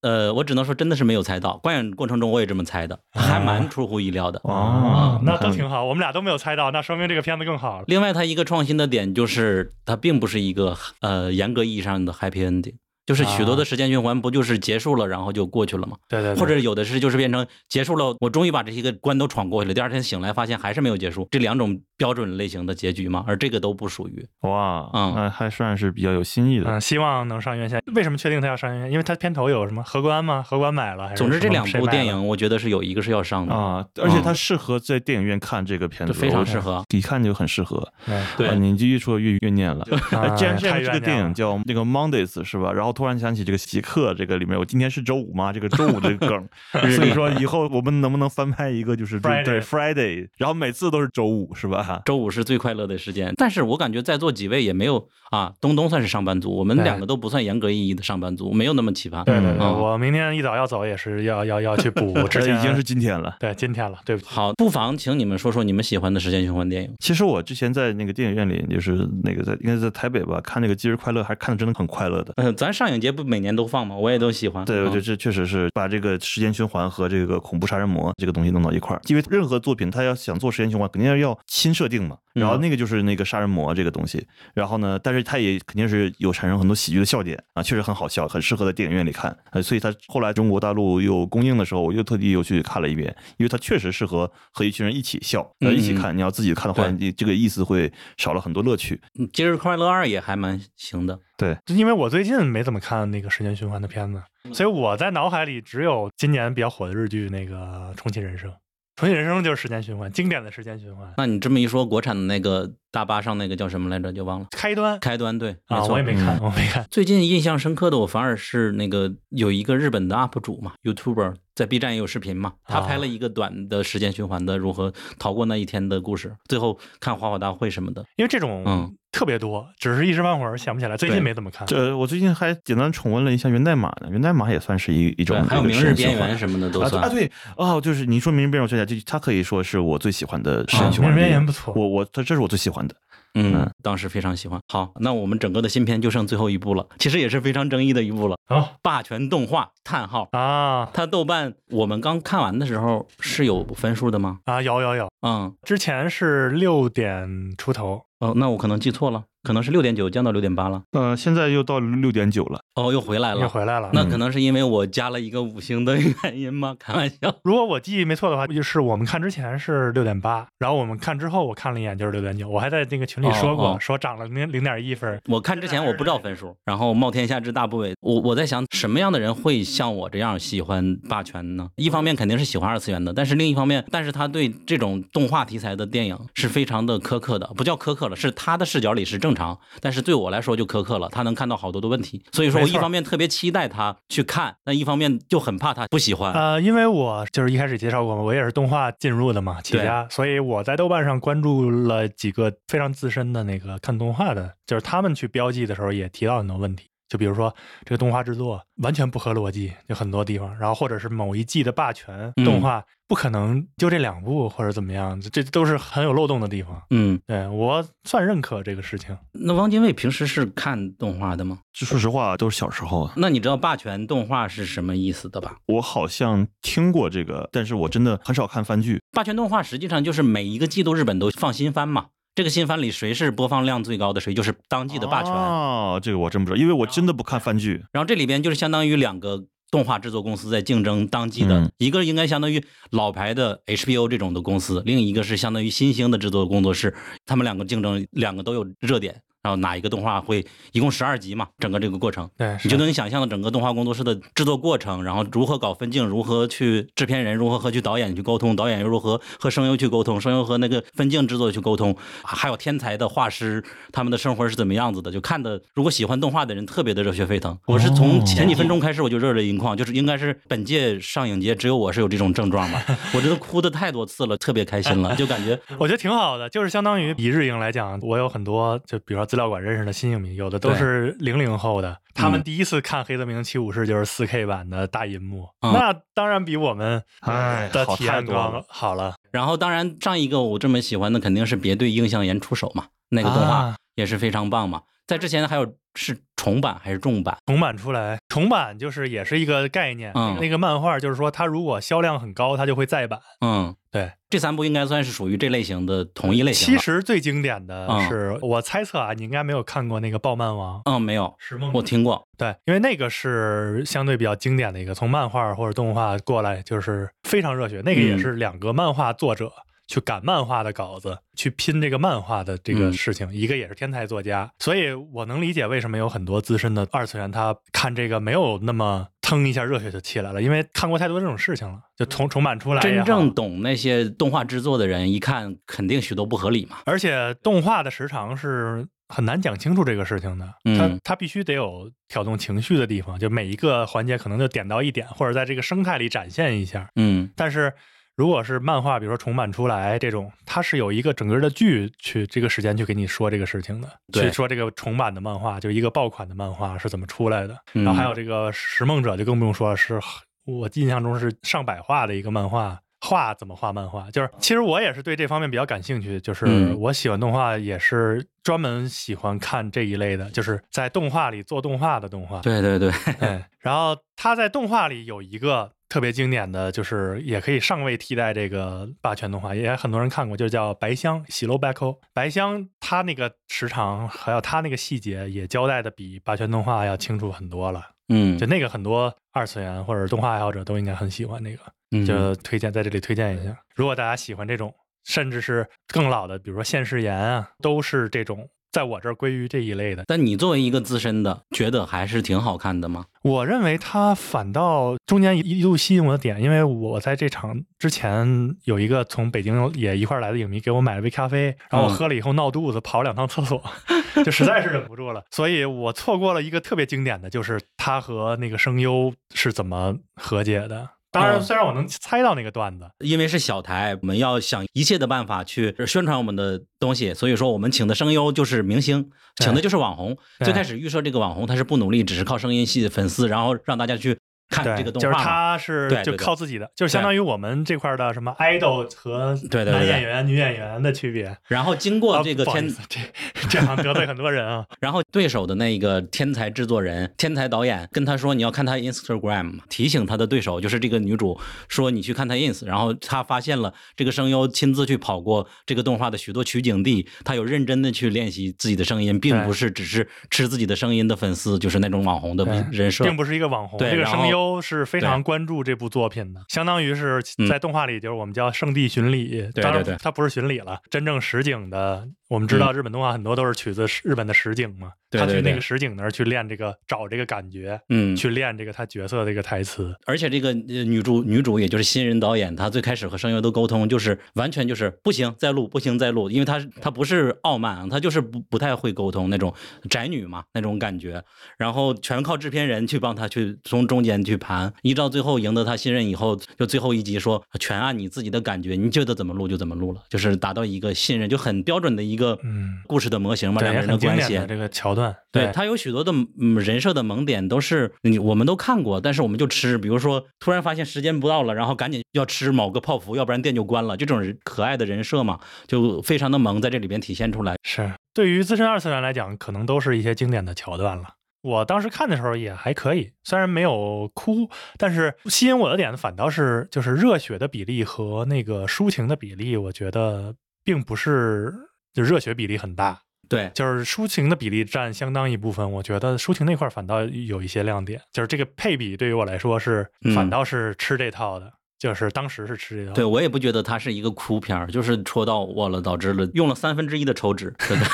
Speaker 5: 呃，我只能说真的是没有猜到，观影过程中我也这么猜的，
Speaker 7: 啊
Speaker 5: 还蛮出乎意料的。
Speaker 6: 哦
Speaker 7: 嗯那都挺好，我们俩都没有猜到，那说明这个片子更好了。
Speaker 5: 另外，它一个创新的点就是，它并不是一个呃严格意义上的 happy ending，就是许多的时间循环不就是结束了，然后就过去了吗？
Speaker 7: 对对对，
Speaker 5: 或者有的是就是变成结束了，我终于把这些个关都闯过去了，第二天醒来发现还是没有结束，这两种标准类型的结局嘛，而这个都不属于。
Speaker 6: 哇，
Speaker 5: 嗯
Speaker 6: 那还算是比较有新意的。
Speaker 7: 嗯，希望能上院线。为什么确定它要上院线？因为它片头有什么荷官吗？荷官买了，还是
Speaker 5: 总之，这
Speaker 7: 什么
Speaker 5: 两
Speaker 7: 谁
Speaker 5: 部
Speaker 7: 买
Speaker 5: 电
Speaker 7: 了
Speaker 5: 影我觉得是有一个是要上
Speaker 7: 哦
Speaker 5: 的。
Speaker 6: 啊，而且它适合在电影院看这个片
Speaker 5: 嗯
Speaker 6: 子，
Speaker 5: 对非常
Speaker 6: 我
Speaker 5: 适合
Speaker 6: 一看就很适合。
Speaker 7: 嗯
Speaker 5: 对
Speaker 6: 啊你就越说越越念了。哎
Speaker 7: 啊
Speaker 6: 既然是
Speaker 7: 太
Speaker 6: 这个
Speaker 7: 冤
Speaker 6: 电
Speaker 7: 家
Speaker 6: 影
Speaker 7: 了
Speaker 6: 叫那个 Mondays 是吧？然后突然想起这个极客这个里面，我今天是周五吗？这个周五这
Speaker 7: [LAUGHS]
Speaker 6: 个梗，所以说以后我们能不能翻拍一个就是周
Speaker 7: Friday
Speaker 6: 对 Friday，然后每次都是周五是吧？
Speaker 5: 周五是最快乐的时间，但是我感觉在座几位也没有啊，东东算是上班族，我们
Speaker 7: 对
Speaker 5: 两个都不算严格意义的上班族，没有那么奇葩。
Speaker 7: 对对对，
Speaker 5: 嗯
Speaker 7: 我明天一早要走，也是要要要去补
Speaker 5: [LAUGHS]
Speaker 6: 这
Speaker 7: 之前
Speaker 6: 已经是今天了。
Speaker 7: 对今天了，对不起。
Speaker 5: 好，不妨请你们说说你们喜欢的时间循环电影。
Speaker 6: 其实我之前在那个电影院里，就是那个在应该是在台北吧，看那个《今日快乐》，还看的真的很快乐的。
Speaker 5: 嗯、咱上影节不每年都放吗？我也都喜欢。
Speaker 6: 对，我觉
Speaker 5: 嗯
Speaker 6: 得这确实是把这个时间循环和这个恐怖杀人魔这个东西弄到一块儿，因为任何作品它要想做时间循环，肯定要要新设定嘛。然
Speaker 5: 嗯
Speaker 6: 后那个就是那个杀人魔这个东西，然后呢，但是它也肯定是有产生很多喜剧的笑点啊，确实很好笑，很适合在电影院里看。呃，所以它后来中国大陆又公映的时候，我又特地又去看了一遍，因为它确实适合和一群人一起笑，呃，一起看。你要自己看的话，
Speaker 5: 嗯对
Speaker 6: 你这个意思会少了很多乐趣。
Speaker 5: 嗯节日快乐二也还蛮行的。
Speaker 6: 对，
Speaker 7: 因为我最近没怎么看那个时间循环的片子，
Speaker 5: 嗯
Speaker 7: 所以我在脑海里只有今年比较火的日剧那个《重启人生》。重启人生就是时间循环，经典的时间循环。
Speaker 5: 那你这么一说，国产的那个大巴上那个叫什么来着？就忘了。
Speaker 7: 开端
Speaker 5: 开端对，没
Speaker 7: 啊，
Speaker 5: 错。嗯
Speaker 7: 我也没看，我没看。
Speaker 5: 最近印象深刻的，我反而是那个有一个日本的 UP 主嘛，YouTuber，在 B 站也有视频嘛，他
Speaker 7: 啊
Speaker 5: 拍了一个短的时间循环的如何逃过那一天的故事，最后看花火大会什么的。
Speaker 7: 因为这种
Speaker 5: 嗯
Speaker 7: 特别多，只是一时半会儿想不起来。最近没怎么看。
Speaker 6: 这我最近还简单重温了一下源代码呢，源代码也算是一一
Speaker 5: 对，
Speaker 6: 种
Speaker 5: 还有
Speaker 6: 一个
Speaker 5: 明
Speaker 6: 时
Speaker 5: 日
Speaker 6: 间
Speaker 5: 边
Speaker 6: 循环
Speaker 5: 缘什么的都
Speaker 6: 啊对啊
Speaker 5: 算。
Speaker 6: 对哦，就是你说明日边缘，我想起来，就它可以说是我最喜欢的时
Speaker 5: 啊
Speaker 6: 间
Speaker 5: 明
Speaker 6: 循
Speaker 5: 日
Speaker 6: 环
Speaker 7: 边
Speaker 6: 电影
Speaker 7: 缘不错
Speaker 6: 我我这这是我最喜欢的。
Speaker 5: 嗯
Speaker 6: 嗯，
Speaker 5: 当时非常喜欢。好，那我们整个的新片就剩最后一部了，其实也是非常争议的一部了，
Speaker 7: 哦
Speaker 5: 霸权动画叹号。
Speaker 7: 啊
Speaker 5: 它豆瓣我们刚看完的时候是有分数的吗？
Speaker 7: 啊，有有有，
Speaker 5: 嗯，
Speaker 7: 之前是六点出头，
Speaker 5: 哦，那我可能记错了，可能是六点九降到六点八了。
Speaker 6: 呃，现在又到六点九了。
Speaker 5: 哦，又回来
Speaker 7: 又
Speaker 5: 了。
Speaker 7: 回来了。
Speaker 5: 那可能是因为我加了一个五星的原因吗？开玩笑。
Speaker 7: 如果我记忆没错的话，就是我们看之前是六点八，然后我们看之后，我看了一眼就是六点九，我还在那个群里说过，
Speaker 5: 哦哦
Speaker 7: 说涨了零零点一分。
Speaker 5: 我看之前我不知道分数，然后冒天下之大不韪，我我在想什么样的人会像我这样喜欢霸权呢？一方面肯定是喜欢二次元的，但是另一方面，但是他对这种动画题材的电影是非常的苛刻的，不叫苛刻了，是他的视角里是正常，但是对我来说就苛刻了，他能看到好多的问题，所以说我
Speaker 7: 没
Speaker 5: 一
Speaker 7: 错
Speaker 5: 方面特别期待他去看，但一方面就很怕他不喜欢。
Speaker 7: 呃，因为我就是一开始介绍过嘛，我也是动画进入的嘛起家，所以我在豆瓣上关注了几个非常资深的那个看动画的，就是他们去标记的时候也提到很多问题，就比如说这个动画制作完全不合逻辑，有很多地方，然后或者是某一季的霸权
Speaker 5: 嗯
Speaker 7: 动画不可能就这两部或者怎么样，这这都是很有漏洞的地方。
Speaker 5: 嗯，
Speaker 7: 对我算认可这个事情，
Speaker 5: 那汪精卫平时是看动画的吗？
Speaker 6: 就说实话，都是小时候啊，
Speaker 5: 那你知道霸权动画是什么意思的吧？
Speaker 6: 我好像听过这个，但是我真的很少看番剧。
Speaker 5: 霸权动画实际上就是每一个季度日本都放新番嘛，这个新番里谁是播放量最高的，谁就是当季的霸权。
Speaker 6: 哦，这个我真不知道，因为我真的不看番剧。
Speaker 5: 然后这里边就是相当于两个动画制作公司在竞争当季的，
Speaker 6: 嗯
Speaker 5: 一个应该相当于老牌的 HBO 这种的公司，另一个是相当于新兴的制作工作室，他们两个竞争，两个都有热点。然后哪一个动画会一共十二集嘛？整个这个过程，
Speaker 7: 对，是
Speaker 5: 你就能想象到整个动画工作室的制作过程，然后如何搞分镜，如何去制片人，如何和去导演去沟通，导演又如何和声优去沟通，声优和那个分镜制作去沟通，还有天才的画师他们的生活是怎么样子的，就看的如果喜欢动画的人特别的热血沸腾。我是
Speaker 7: 哦
Speaker 5: 从前几分钟开始我就热泪盈眶，就是应该是本届上影节只有我是有这种症状吧，我真的哭的太多次了，特别开心了，就感觉
Speaker 7: 我觉得挺好的，就是相当于以日影来讲，我有很多就比如说资料馆认识的新影迷，有的都
Speaker 5: 对
Speaker 7: 是零零后的，他
Speaker 5: 嗯
Speaker 7: 们第一次看《黑泽明七武士》就是四 K 版的大银幕，
Speaker 5: 嗯
Speaker 7: 那当然比我们
Speaker 6: 哎
Speaker 7: 的
Speaker 6: 好
Speaker 7: 体
Speaker 6: 太
Speaker 7: 验
Speaker 6: 多
Speaker 7: 高
Speaker 6: 了
Speaker 7: 好了。
Speaker 5: 然后，当然上一个我这么喜欢的肯定是《别对映像岩出手》嘛，那个动画
Speaker 7: 啊
Speaker 5: 也是非常棒嘛。在之前还有是重版还是重版？
Speaker 7: 重版出来，重版就是也是一个概念。
Speaker 5: 嗯
Speaker 7: 那个漫画就是说，它如果销量很高，它就会再版。
Speaker 5: 嗯，
Speaker 7: 对，
Speaker 5: 这三部应该算是属于这类型的同一类型
Speaker 7: 其
Speaker 5: 了。
Speaker 7: 实最经典的
Speaker 5: 嗯
Speaker 7: 是，我猜测啊，你应该没有看过那个《暴漫王》。
Speaker 5: 嗯，没有，
Speaker 7: 石梦
Speaker 5: 我听过。
Speaker 7: 对，因为那个是相对比较经典的一个，从漫画或者动画过来，就是非常热血。那个也
Speaker 5: 嗯
Speaker 7: 是两个漫画作者去赶漫画的稿子，去拼这个漫画的这个
Speaker 5: 嗯
Speaker 7: 事情。一个也是天才作家，所以我能理解为什么有很多资深的二次元他看这个没有那么腾一下热血就起来了，因为看过太多这种事情了，就重重版出来也
Speaker 5: 真
Speaker 7: 好
Speaker 5: 正懂那些动画制作的人，一看肯定许多不合理嘛。
Speaker 7: 而且动画的时长是很难讲清楚这个事情的，
Speaker 5: 嗯
Speaker 7: 它它必须得有挑动情绪的地方，就每一个环节可能就点到一点，或者在这个生态里展现一下。
Speaker 5: 嗯，
Speaker 7: 但是如果是漫画，比如说重版出来这种，它是有一个整个的剧去这个时间去给你说这个事情的，
Speaker 5: 对
Speaker 7: 去说这个重版的漫画，就一个爆款的漫画是怎么出来的。
Speaker 5: 嗯
Speaker 7: 然后还有这个《拾梦者》，就更不用说了，是 [SIGHS] 我印象中是上百画的一个漫画。画怎么画漫画？就是其实我也是对这方面比较感兴趣，就是
Speaker 5: 嗯
Speaker 7: 我喜欢动画，也是专门喜欢看这一类的，就是在动画里做动画的动画。
Speaker 5: 对对对，
Speaker 7: 对，然后他在动画里有一个特别经典的，就是也可以上位替代这个霸权动画，也很多人看过，就叫《白香》喜楼白扣。白香它那个时长还有它那个细节也交代的比霸权动画要清楚很多了，
Speaker 5: 嗯
Speaker 7: 就，那个很多二次元或者动画爱好者都应该很喜欢那个。
Speaker 5: 嗯
Speaker 7: 就推荐在这里推荐一下。如果大家喜欢这种，甚至是更老的，比如说现世言啊，都是这种，在我这儿归于这一类的。
Speaker 5: 但你作为一个资深的，觉得还是挺好看的吗？
Speaker 7: 我认为它反倒中间一度吸引我的点，因为我在这场之前有一个从北京也一块儿来的影迷给我买了杯咖啡，然后我
Speaker 5: 嗯
Speaker 7: 喝了以后闹肚子，跑了两趟厕所，
Speaker 5: [LAUGHS]
Speaker 7: 就实在是忍不住了，所以我错过了一个特别经典的，就是他和那个声优是怎么和解的。当然，
Speaker 5: 嗯
Speaker 7: 虽然我能猜到那个段子，
Speaker 5: 因为是小台，我们要想一切的办法去宣传我们的东西，所以说我们请的声优就是明星，
Speaker 7: 对
Speaker 5: 请的就是网红。
Speaker 7: 对
Speaker 5: 最开始预设这个网红他是不努力，只是靠声音吸引粉丝，然后让大家去看这个动
Speaker 7: 就是
Speaker 5: 画嘛。
Speaker 7: 他是
Speaker 5: 对对
Speaker 7: 就
Speaker 5: 对
Speaker 7: 靠自己的，就是相当于我们这块的什么 idol 和
Speaker 5: 对对对
Speaker 7: 男演员、女演员的区别。
Speaker 5: 然后经过
Speaker 7: 啊
Speaker 5: 这个
Speaker 7: 不好
Speaker 5: 天
Speaker 7: 意思这这样得罪很多人啊。
Speaker 5: 然后对手的那个天才制作人、天才导演跟他说：“你要看他 Instagram。”提醒他的对手就是这个女主说：“你去看他 ins。”然后他发现了这个声优亲自去跑过这个动画的许多取景地，他有认真的去练习自己的声音，并
Speaker 7: 对
Speaker 5: 不是只是吃自己的声音的粉丝，就是那种网红的
Speaker 7: 对
Speaker 5: 人设，
Speaker 7: 并不是一个网红，
Speaker 5: 对
Speaker 7: 这个
Speaker 5: 然后
Speaker 7: 声优是非常
Speaker 5: 对
Speaker 7: 关注这部作品的，相当于是
Speaker 5: 嗯
Speaker 7: 在动画里就是我们叫圣地巡礼，
Speaker 5: 对
Speaker 7: 当然
Speaker 5: 对对嗯
Speaker 7: 它不是巡礼了，真正实景的，我们知道日本动画很多都是取自日本的实景嘛，
Speaker 5: 对
Speaker 7: 他
Speaker 5: 对
Speaker 7: 去那
Speaker 5: 对
Speaker 7: 个实景那儿去练这个找这个感觉，
Speaker 5: 嗯，
Speaker 7: 去练这个他角色的一个台词，
Speaker 5: 而且这个呃女主女主也就是新人导演，她最开始和声优都沟通，就是完全就是不行再录不行再录，因为她是她不是傲慢，啊她就是不不太会沟通那种宅女嘛那种感觉，然后全靠制片人去帮她去从中间去盘，一直到最后赢得她信任以后，就最后一集说全按你自己的感觉，你觉得怎么录就怎么录了，就是达到一个信任，就很标准的一个
Speaker 7: 嗯
Speaker 5: 故事的模型嘛，
Speaker 7: 对，
Speaker 5: 两个
Speaker 7: 也
Speaker 5: 人的
Speaker 7: 很经
Speaker 5: 关
Speaker 7: 典
Speaker 5: 系
Speaker 7: 的这个桥段，
Speaker 5: 对他有许多的嗯人设的萌点都是你我们都看过，但是我们就吃，比如说突然发现时间不到了，然后赶紧要吃某个泡芙，要不然店就关了，这种人可爱的人设嘛，就非常的萌，在这里边体现出来。
Speaker 7: 是对于资深二次元来讲，可能都是一些经典的桥段了。我当时看的时候也还可以，虽然没有哭，但是吸引我的点反倒是就是热血的比例和那个抒情的比例，我觉得并不是就热血比例很大，
Speaker 5: 对，
Speaker 7: 就是抒情的比例占相当一部分。我觉得抒情那块儿反倒有一些亮点，就是这个配比对于我来说是
Speaker 5: 嗯
Speaker 7: 反倒是吃这套的，就是当时是吃这套的。
Speaker 5: 对我也不觉得它是一个哭片儿，就是戳到我了，导致了用了三分之一的抽纸， [LAUGHS] 真的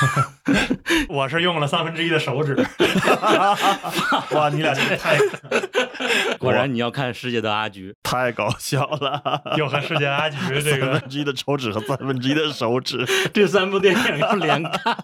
Speaker 7: 我是用了三分之一的手指。
Speaker 6: 哇，你俩真的太
Speaker 5: 果然你要看《世界的阿菊》。
Speaker 6: 太搞笑
Speaker 7: [LAUGHS]
Speaker 6: 了，
Speaker 7: 又和世界
Speaker 5: [LAUGHS]
Speaker 7: 阿菊这
Speaker 6: 三
Speaker 7: 个
Speaker 6: 分之一的手指和三分之一的手指，
Speaker 5: 这三部电影要连看，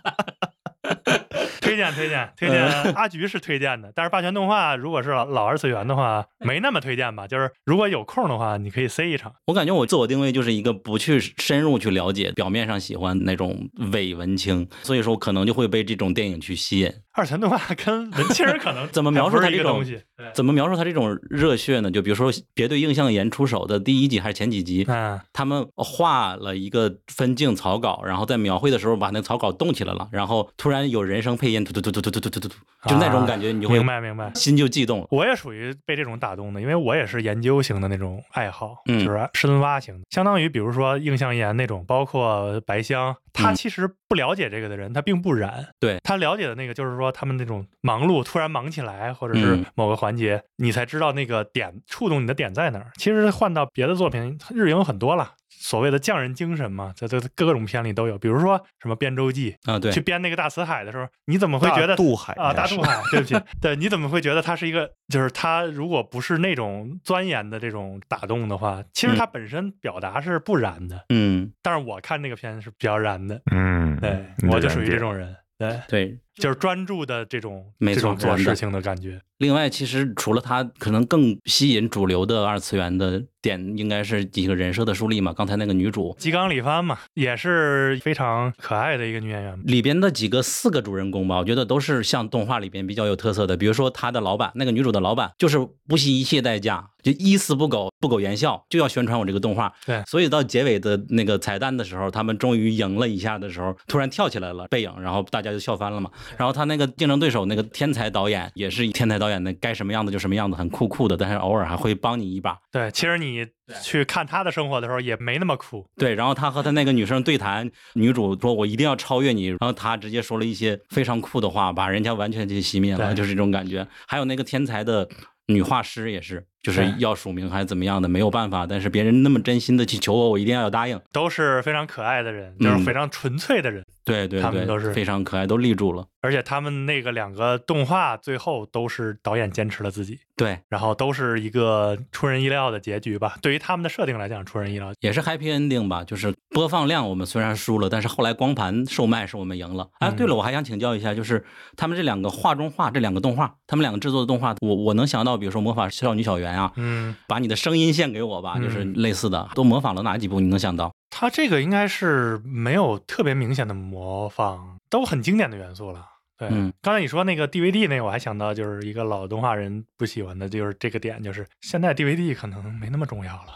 Speaker 5: [LAUGHS]
Speaker 7: 推荐推荐推荐，
Speaker 5: 嗯
Speaker 7: 阿菊是推荐的，但是霸权动画如果是老老二次元的话，没那么推荐吧。就是如果有空的话，你可以 C 一场。
Speaker 5: 我感觉我自我定位就是一个不去深入去了解，表面上喜欢那种伪文青，所以说我可能就会被这种电影去吸引。
Speaker 7: 二次元动画跟文青儿可能
Speaker 5: [LAUGHS] 怎么描述
Speaker 7: 还
Speaker 5: 它
Speaker 7: 不是一
Speaker 5: 这
Speaker 7: 个
Speaker 5: 种
Speaker 7: 东西？对
Speaker 5: 怎么描述他这种热血呢？就比如说《别对映像岩出手》的第一集还是前几集，
Speaker 7: 嗯，
Speaker 5: 他们画了一个分镜草稿，然后在描绘的时候把那个草稿动起来了，然后突然有人声配音，突突突突突突突突突，就那种感觉，你就会
Speaker 7: 啊明白明白。
Speaker 5: 心就悸动了。
Speaker 7: 我也属于被这种打动的，因为我也是研究型的那种爱好，
Speaker 5: 嗯
Speaker 7: 就是深挖型的，相当于比如说映像研那种，包括白香，他
Speaker 5: 嗯
Speaker 7: 其实不了解这个的人，他并不染，
Speaker 5: 对
Speaker 7: 他了解的那个就是说他们那种忙碌突然忙起来，或者是
Speaker 5: 嗯
Speaker 7: 某个环节，你才知道那个点触动你的点在哪儿。其实换到别的作品，日影有很多了。所谓的匠人精神嘛，在在在各种片里都有，比如说什么编舟记，
Speaker 5: 啊，对
Speaker 7: 去，编那个大辞海的时候，你怎么会
Speaker 6: 大
Speaker 7: 觉得
Speaker 6: 渡海
Speaker 7: 啊？
Speaker 6: 应该
Speaker 7: 大
Speaker 6: 是
Speaker 7: 渡海，对不起，对，你怎么会觉得它是一个？就是它如果不是那种钻研的这种打动的话，其实它本身表达是不燃的。
Speaker 5: 嗯，
Speaker 7: 但是我看那个片是比较燃的，
Speaker 6: 嗯
Speaker 7: 对我就属于这种人，对，
Speaker 5: 对。
Speaker 7: 就是专注的这种
Speaker 5: 没
Speaker 7: 这
Speaker 5: 错
Speaker 7: 种做
Speaker 5: 燃的
Speaker 7: 事情的感觉。
Speaker 5: 另外，其实除了他，可能更吸引主流的二次元的点，应该是几个人设的树立嘛。刚才那个女主，
Speaker 7: 吉冈里帆嘛，也是非常可爱的一个女演员嘛。
Speaker 5: 里边的几个四个主人公吧，我觉得都是像动画里边比较有特色的。比如说他的老板，那个女主的老板，就是不惜一切代价，就一丝不苟，不苟言笑，就要宣传我这个动画。
Speaker 7: 对
Speaker 5: 所以到结尾的那个彩蛋的时候，他们终于赢了一下的时候，突然跳起来了背影，然后大家就笑翻了嘛。然后他那个竞争对手那个天才导演也是天才导演，那该什么样子就什么样子，很酷酷的，但是偶尔还会帮你一把。
Speaker 7: 对，其实你去看她的生活的时候，也没那么酷。
Speaker 5: 对，然后他和他那个女生对谈，女主说：“我一定要超越你。”然后他直接说了一些非常酷的话，把人家完全给熄灭了，
Speaker 7: 对
Speaker 5: 就是这种感觉。还有那个天才的女画师也是，就是
Speaker 7: 对
Speaker 5: 要署名还是怎么样的，没有办法，但是别人那么真心的去求我，我一定要答应。
Speaker 7: 都是非常可爱的人，就是
Speaker 5: 嗯
Speaker 7: 非常纯粹的人。
Speaker 5: 对对
Speaker 7: 他们
Speaker 5: 对，
Speaker 7: 都是
Speaker 5: 非常可爱，都立住了。
Speaker 7: 而且他们那个两个动画最后都是导演坚持了自己，
Speaker 5: 对，
Speaker 7: 然后都是一个出人意料的结局吧。对于他们的设定来讲，出人意料。
Speaker 5: 也是 happy ending 吧，就是播放量我们虽然输了，但是后来光盘售卖是我们赢了。哎，
Speaker 7: 嗯
Speaker 5: 对了，我还想请教一下，就是他们这两个画中画，这两个动画，他们两个制作的动画，我我能想到，比如说《魔法少女小圆》啊，
Speaker 7: 嗯，
Speaker 5: 把你的声音献给我吧，
Speaker 7: 嗯
Speaker 5: 就是类似的，都模仿了哪几部？你能想到？
Speaker 7: 他这个应该是没有特别明显的模仿，都很经典的元素了。对，
Speaker 5: 嗯
Speaker 7: 刚才你说那个 DVD 那个，我还想到就是一个老动画人不喜欢的，就是这个点，就是现在 DVD 可能没那么重要了。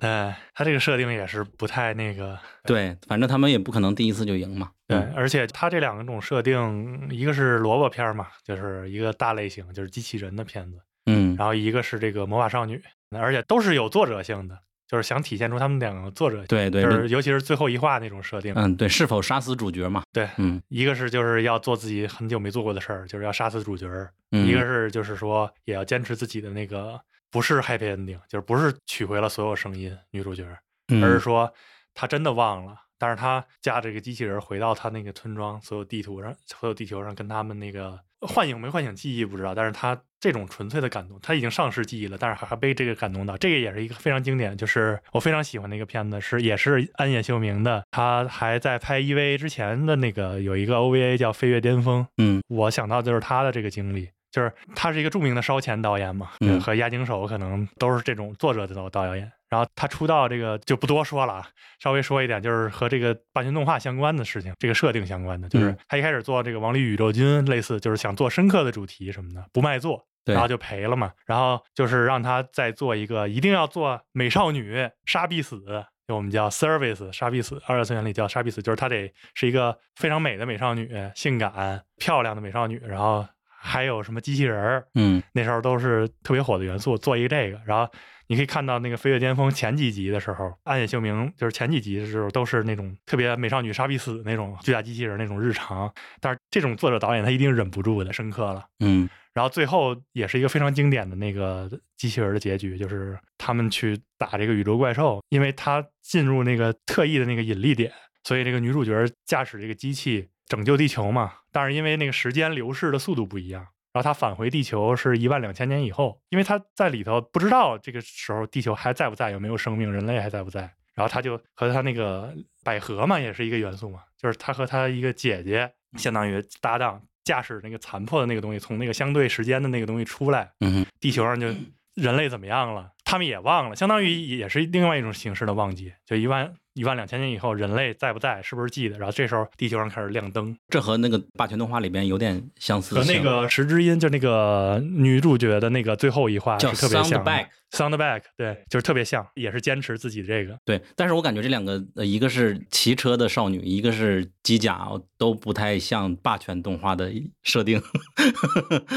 Speaker 7: 对，它这个设定也是不太那个，
Speaker 5: 对，反正他们也不可能第一次就赢嘛。
Speaker 7: 对，
Speaker 5: 嗯
Speaker 7: 而且它这两种设定，一个是萝卜片儿嘛，就是一个大类型，就是机器人的片子，
Speaker 5: 嗯
Speaker 7: 然后一个是这个魔法少女，而且都是有作者性的，就是想体现出他们两个作者性，
Speaker 5: 对对
Speaker 7: 就是尤其是最后一话那种设定，
Speaker 5: 嗯，对，是否杀死主角嘛？
Speaker 7: 对
Speaker 5: 嗯
Speaker 7: 一个是就是要做自己很久没做过的事儿，就是要杀死主角儿，
Speaker 5: 嗯，
Speaker 7: 一个是就是说也要坚持自己的那个不是 happy ending，就是不是取回了所有声音女主角，而是
Speaker 5: 嗯
Speaker 7: 说她真的忘了，但是她驾这个机器人回到她那个村庄，所有地图上所有地球上跟他们那个唤醒没唤醒记忆不知道，但是她这种纯粹的感动，她已经丧失记忆了，但是还还被这个感动到，这个也是一个非常经典，就是我非常喜欢的一个片子，是也是安野秀明的，他还在拍 EVA 之前的那个有一个 OVA 叫《飞跃巅峰》。
Speaker 5: 嗯
Speaker 7: 我想到就是他的这个经历，就是他是一个著名的烧钱导演嘛，
Speaker 5: 嗯
Speaker 7: 和押井守可能都是这种作者的导导演。然后他出道这个就不多说了，啊，稍微说一点，就是和这个霸权动画相关的事情，这个设定相关的，就是
Speaker 5: 嗯
Speaker 7: 他一开始做这个《王力宇宙军》，类似就是想做深刻的主题什么的，不卖座，
Speaker 5: 对
Speaker 7: 然后就赔了嘛。然后就是让他再做一个，一定要做美少女杀必死，就我们叫 service 杀必死，二次元里叫杀必死，就是她得是一个非常美的美少女，性感漂亮的美少女，然后还有什么机器人儿，
Speaker 5: 嗯
Speaker 7: 那时候都是特别火的元素，做一个这个，然后你可以看到那个《飞跃巅峰》前几集的时候，暗夜秀明就是前几集的时候都是那种特别美少女杀必死那种巨大机器人那种日常，但是这种作者导演他一定忍不住的深刻了。
Speaker 5: 嗯
Speaker 7: 然后最后也是一个非常经典的那个机器人的结局，就是他们去打这个宇宙怪兽，因为他进入那个特异的那个引力点，所以这个女主角驾驶这个机器拯救地球嘛。但是因为那个时间流逝的速度不一样，然后她返回地球是一万两千年以后，因为她在里头不知道这个时候地球还在不在，有没有生命，人类还在不在。然后她就和她那个百合嘛，也是一个元素嘛，就是她和她一个姐姐，相当于搭档，驾驶那个残破的那个东西从那个相对时间的那个东西出来，
Speaker 5: 嗯
Speaker 7: 地球上就人类怎么样了，他们也忘了，相当于也是另外一种形式的忘记，就一万一万两千年以后人类在不在，是不是记得？然后这时候地球上开始亮灯，
Speaker 5: 这和那个霸权动画里边有点相似
Speaker 7: 和那
Speaker 5: 性
Speaker 7: 个石之音就那个女主角的那个最后一话
Speaker 5: 叫
Speaker 7: 是特别像
Speaker 5: Soundback
Speaker 7: Soundback，对，就是特别像，也是坚持自己这个，
Speaker 5: 对，但是我感觉这两个，呃一个是骑车的少女，一个是机甲，哦都不太像霸权动画的设定。 [LAUGHS]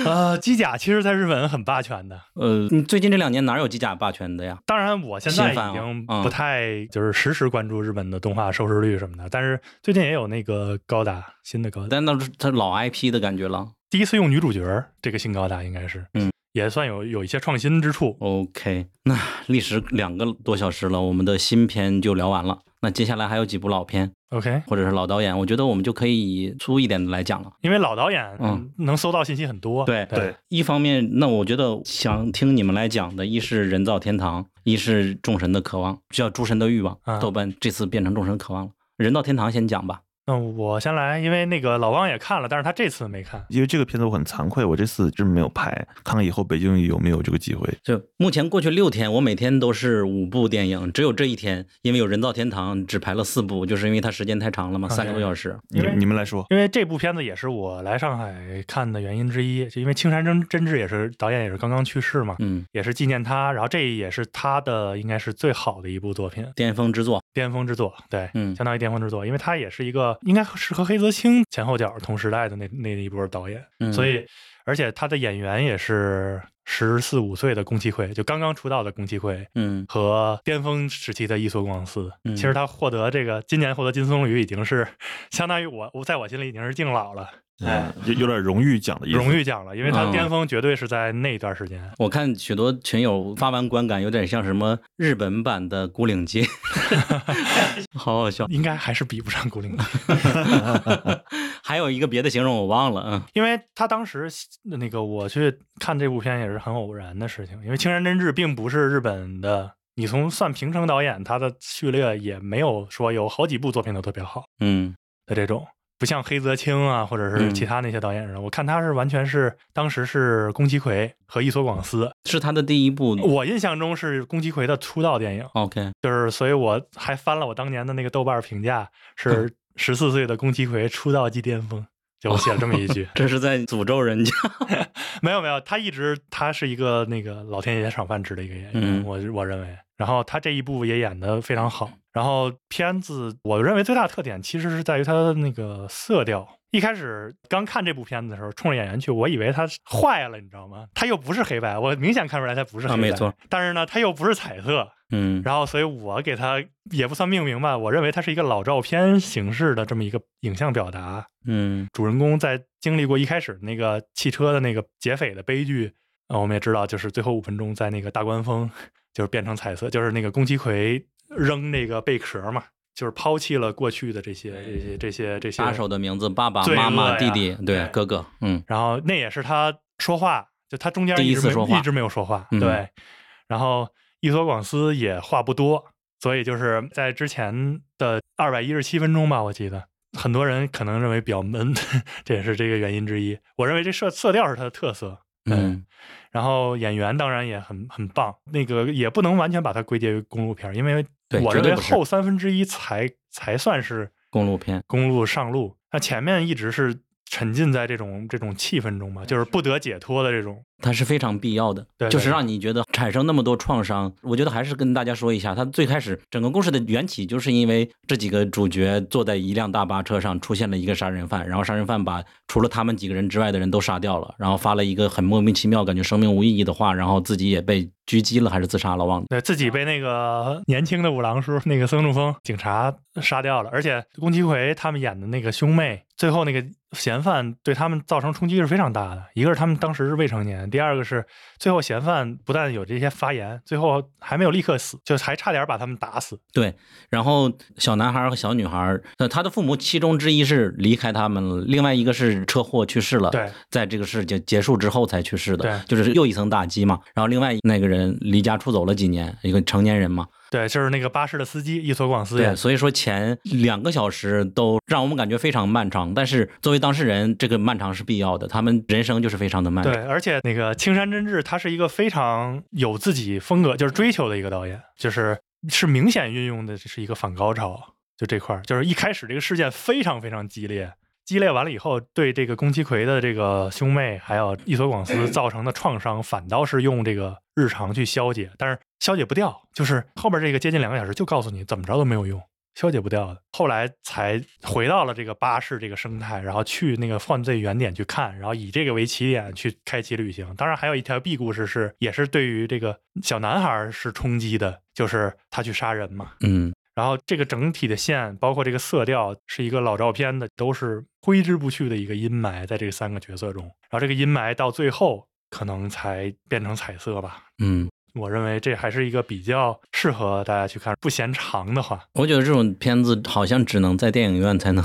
Speaker 7: 呃，机甲其实在日本很霸权的，
Speaker 5: 呃，你最近这两年哪有机甲霸权的呀？
Speaker 7: 当然，我现在
Speaker 5: 新番
Speaker 7: 已
Speaker 5: 哦
Speaker 7: 经
Speaker 5: 嗯
Speaker 7: 不太就是实时关注日本的动画收视率什么的，但是最近也有那个高达新的高达，
Speaker 5: 但那是它老 IP 的感觉了。
Speaker 7: 第一次用女主角儿这个新高达应该是，
Speaker 5: 嗯，
Speaker 7: 也算有有一些创新之处。
Speaker 5: OK，那历时两个多小时了，我们的新片就聊完了。那接下来还有几部老片
Speaker 7: OK，
Speaker 5: 或者是老导演，我觉得我们就可以以粗一点的来讲了。
Speaker 7: 因为老导演
Speaker 5: 嗯
Speaker 7: 能搜到信息很多，
Speaker 5: 对
Speaker 6: 对，
Speaker 5: 一方面，那我觉得想听你们来讲的，一是人造天堂，一是众神的渴望，叫诸神的欲望
Speaker 7: 啊。
Speaker 5: 豆瓣这次变成众神渴望了。人造天堂先讲吧。
Speaker 7: 那我先来，因为那个老汪也看了，但是他这次没看。
Speaker 6: 因为这个片子我很惭愧，我这次真没有拍，看看以后北京有没有这个机会。
Speaker 5: 就目前过去六天，我每天都是五部电影，只有这一天，因为有人造天堂只排了四部，就是因为它时间太长了嘛，
Speaker 7: OK
Speaker 5: 三个多小时。
Speaker 6: 你
Speaker 7: 因为
Speaker 6: 你们来说，
Speaker 7: 因为这部片子也是我来上海看的原因之一，就因为青山真真治也是导演，也是刚刚去世嘛，
Speaker 5: 嗯，
Speaker 7: 也是纪念他，然后这也是他的应该是最好的一部作品，
Speaker 5: 巅峰之作。
Speaker 7: 巅峰之作，对，
Speaker 5: 嗯
Speaker 7: 相当于巅峰之作，因为他也是一个应该是和黑泽清前后脚同时代的那那一波导演，
Speaker 5: 嗯
Speaker 7: 所以而且他的演员也是十四五岁的宫崎葵，就刚刚出道的宫崎葵。
Speaker 5: 嗯
Speaker 7: 和巅峰时期的伊索广司，
Speaker 5: 嗯
Speaker 7: 其实他获得这个今年获得金棕榈已经是 [LAUGHS] 相当于我我在我心里已经是敬老了，哎，
Speaker 6: 有有点荣誉奖的意思。
Speaker 7: 荣誉奖了，因为他
Speaker 5: 嗯
Speaker 7: 巅峰绝对是在那段时间，
Speaker 5: 我看许多群友发完观感，有点像什么日本版的《孤岭街》， [LAUGHS] 好好笑。 [LAUGHS]
Speaker 7: 应该还是比不上古灵
Speaker 5: 还有一个别的形容我忘了，嗯
Speaker 7: 因为他当时那个我去看这部片也是很偶然的事情，因为青山真治并不是日本的，你从算平成导演他的序列也没有说有好几部作品都特别好
Speaker 5: 嗯
Speaker 7: 的这种，不像黑泽清啊或者是
Speaker 5: 嗯
Speaker 7: 其他那些导演似的，我看他是完全是当时是宫崎葵和伊索广司，
Speaker 5: 是他的第一部。
Speaker 7: 我印象中是宫崎葵的出道电影，
Speaker 5: OK，
Speaker 7: 就是所以我
Speaker 5: 嗯
Speaker 7: 还翻了我当年的那个豆瓣评价是十四岁的宫崎葵出道即巅峰。就我写了这么一
Speaker 5: [LAUGHS]。
Speaker 7: 句
Speaker 5: 这是在诅咒人家。
Speaker 7: 没有没有，他一直他是一个那个老天爷赏饭吃的一个演员，
Speaker 5: 嗯
Speaker 7: 我我认为。然后他这一部也演得非常好。然后片子我认为最大的特点其实是在于它的那个色调。一开始刚看这部片子的时候，冲着演员去，我以为他是坏了，你知道吗？他又不是黑白，我明显看出来他不是黑
Speaker 5: 啊
Speaker 7: 白，
Speaker 5: 没错。
Speaker 7: 但是呢，他又不是彩色，
Speaker 5: 嗯，
Speaker 7: 然后所以我给他也不算命名吧，我认为它是一个老照片形式的这么一个影像表达。
Speaker 5: 嗯
Speaker 7: 主人公在经历过一开始那个汽车的那个劫匪的悲剧，呃，我们也知道，就是最后五分钟在那个大官峰，就是变成彩色，就是那个宫崎葵扔那个贝壳嘛，就是抛弃了过去的这些这些这些这些
Speaker 5: 杀手的名字，爸爸
Speaker 7: 罪恶
Speaker 5: 妈妈、
Speaker 7: 呀
Speaker 5: 弟弟，对
Speaker 7: 对
Speaker 5: 哥哥，嗯
Speaker 7: 然后那也是他说话，就他中间
Speaker 5: 第一
Speaker 7: 一直
Speaker 5: 次
Speaker 7: 没
Speaker 5: 说话
Speaker 7: 一直没有说话，
Speaker 5: 嗯
Speaker 7: 对。然后伊索广司也话不多，所以就是在之前的二百一十七分钟吧，我记得很多人可能认为比较闷， [LAUGHS] 这也是这个原因之一。我认为这色色调是它的特色，
Speaker 5: 嗯
Speaker 7: 然后演员当然也很很棒，那个也不能完全把它归结于公路片儿，因为
Speaker 5: 对
Speaker 7: 我
Speaker 5: 绝
Speaker 7: 认
Speaker 5: 对
Speaker 7: 为
Speaker 5: 不是
Speaker 7: 后三分之一才才算是
Speaker 5: 公路片
Speaker 7: 公路上路，那前面一直是沉浸在这种这种气氛中嘛，就是不得解脱的这种。
Speaker 5: 它是非常必要的，
Speaker 7: 对对
Speaker 5: 就是让你觉得产生那么多创伤。我觉得还是跟大家说一下，它最开始整个故事的缘起，就是因为这几个主角坐在一辆大巴车上，出现了一个杀人犯，然后杀人犯把除了他们几个人之外的人都杀掉了，然后发了一个很莫名其妙、感觉生命无意义的话，然后自己也被狙击了还是自杀了，忘了。
Speaker 7: 对自己被那个年轻的五郎叔那个森中峰警察杀掉了，而且宫崎葵他们演的那个兄妹，最后那个嫌犯对他们造成冲击是非常大的。一个是他们当时是未成年，第二个是最后嫌犯不但有这些发言，最后还没有立刻死，就还差点把他们打死。
Speaker 5: 然后小男孩和小女孩，那他的父母其中之一是离开他们了，另外一个是车祸去世了。
Speaker 7: 对，
Speaker 5: 在这个事情结束之后才去世的，
Speaker 7: 对
Speaker 5: 就是又一层打击嘛。然后另外那个人离家出走了几年，一个成年人嘛，
Speaker 7: 对，就是那个巴士的司机伊索广司
Speaker 5: 对，
Speaker 7: 演。
Speaker 5: 所以说前两个小时都让我们感觉非常漫长，但是作为当事人，这个漫长是必要的，他们人生就是非常的漫
Speaker 7: 对
Speaker 5: 长。，
Speaker 7: 而且那个青山真治，他是一个非常有自己风格，就是追求的一个导演，就是是明显运用的这是一个反高潮，就这块儿，就是一开始这个事件非常非常激烈，激烈完了以后，对这个宫崎葵的这个兄妹还有伊索广司造成的创伤，反倒是用这个日常去消解，但是消解不掉，就是后边这个接近两个小时就告诉你怎么着都没有用。消解不掉的，后来才回到了这个巴士这个生态，然后去那个犯罪原点去看，然后以这个为起点去开启旅行。当然，还有一条 B 故事是，也是对于这个小男孩是冲击的，就是他去杀人嘛。
Speaker 5: 嗯，
Speaker 7: 然后这个整体的线，包括这个色调，是一个老照片的，都是挥之不去的一个阴霾，在这三个角色中。然后这个阴霾到最后可能才变成彩色吧。
Speaker 5: 嗯，
Speaker 7: 我认为这还是一个比较适合大家去看，不嫌长的话。
Speaker 5: 我觉得这种片子好像只能在电影院才能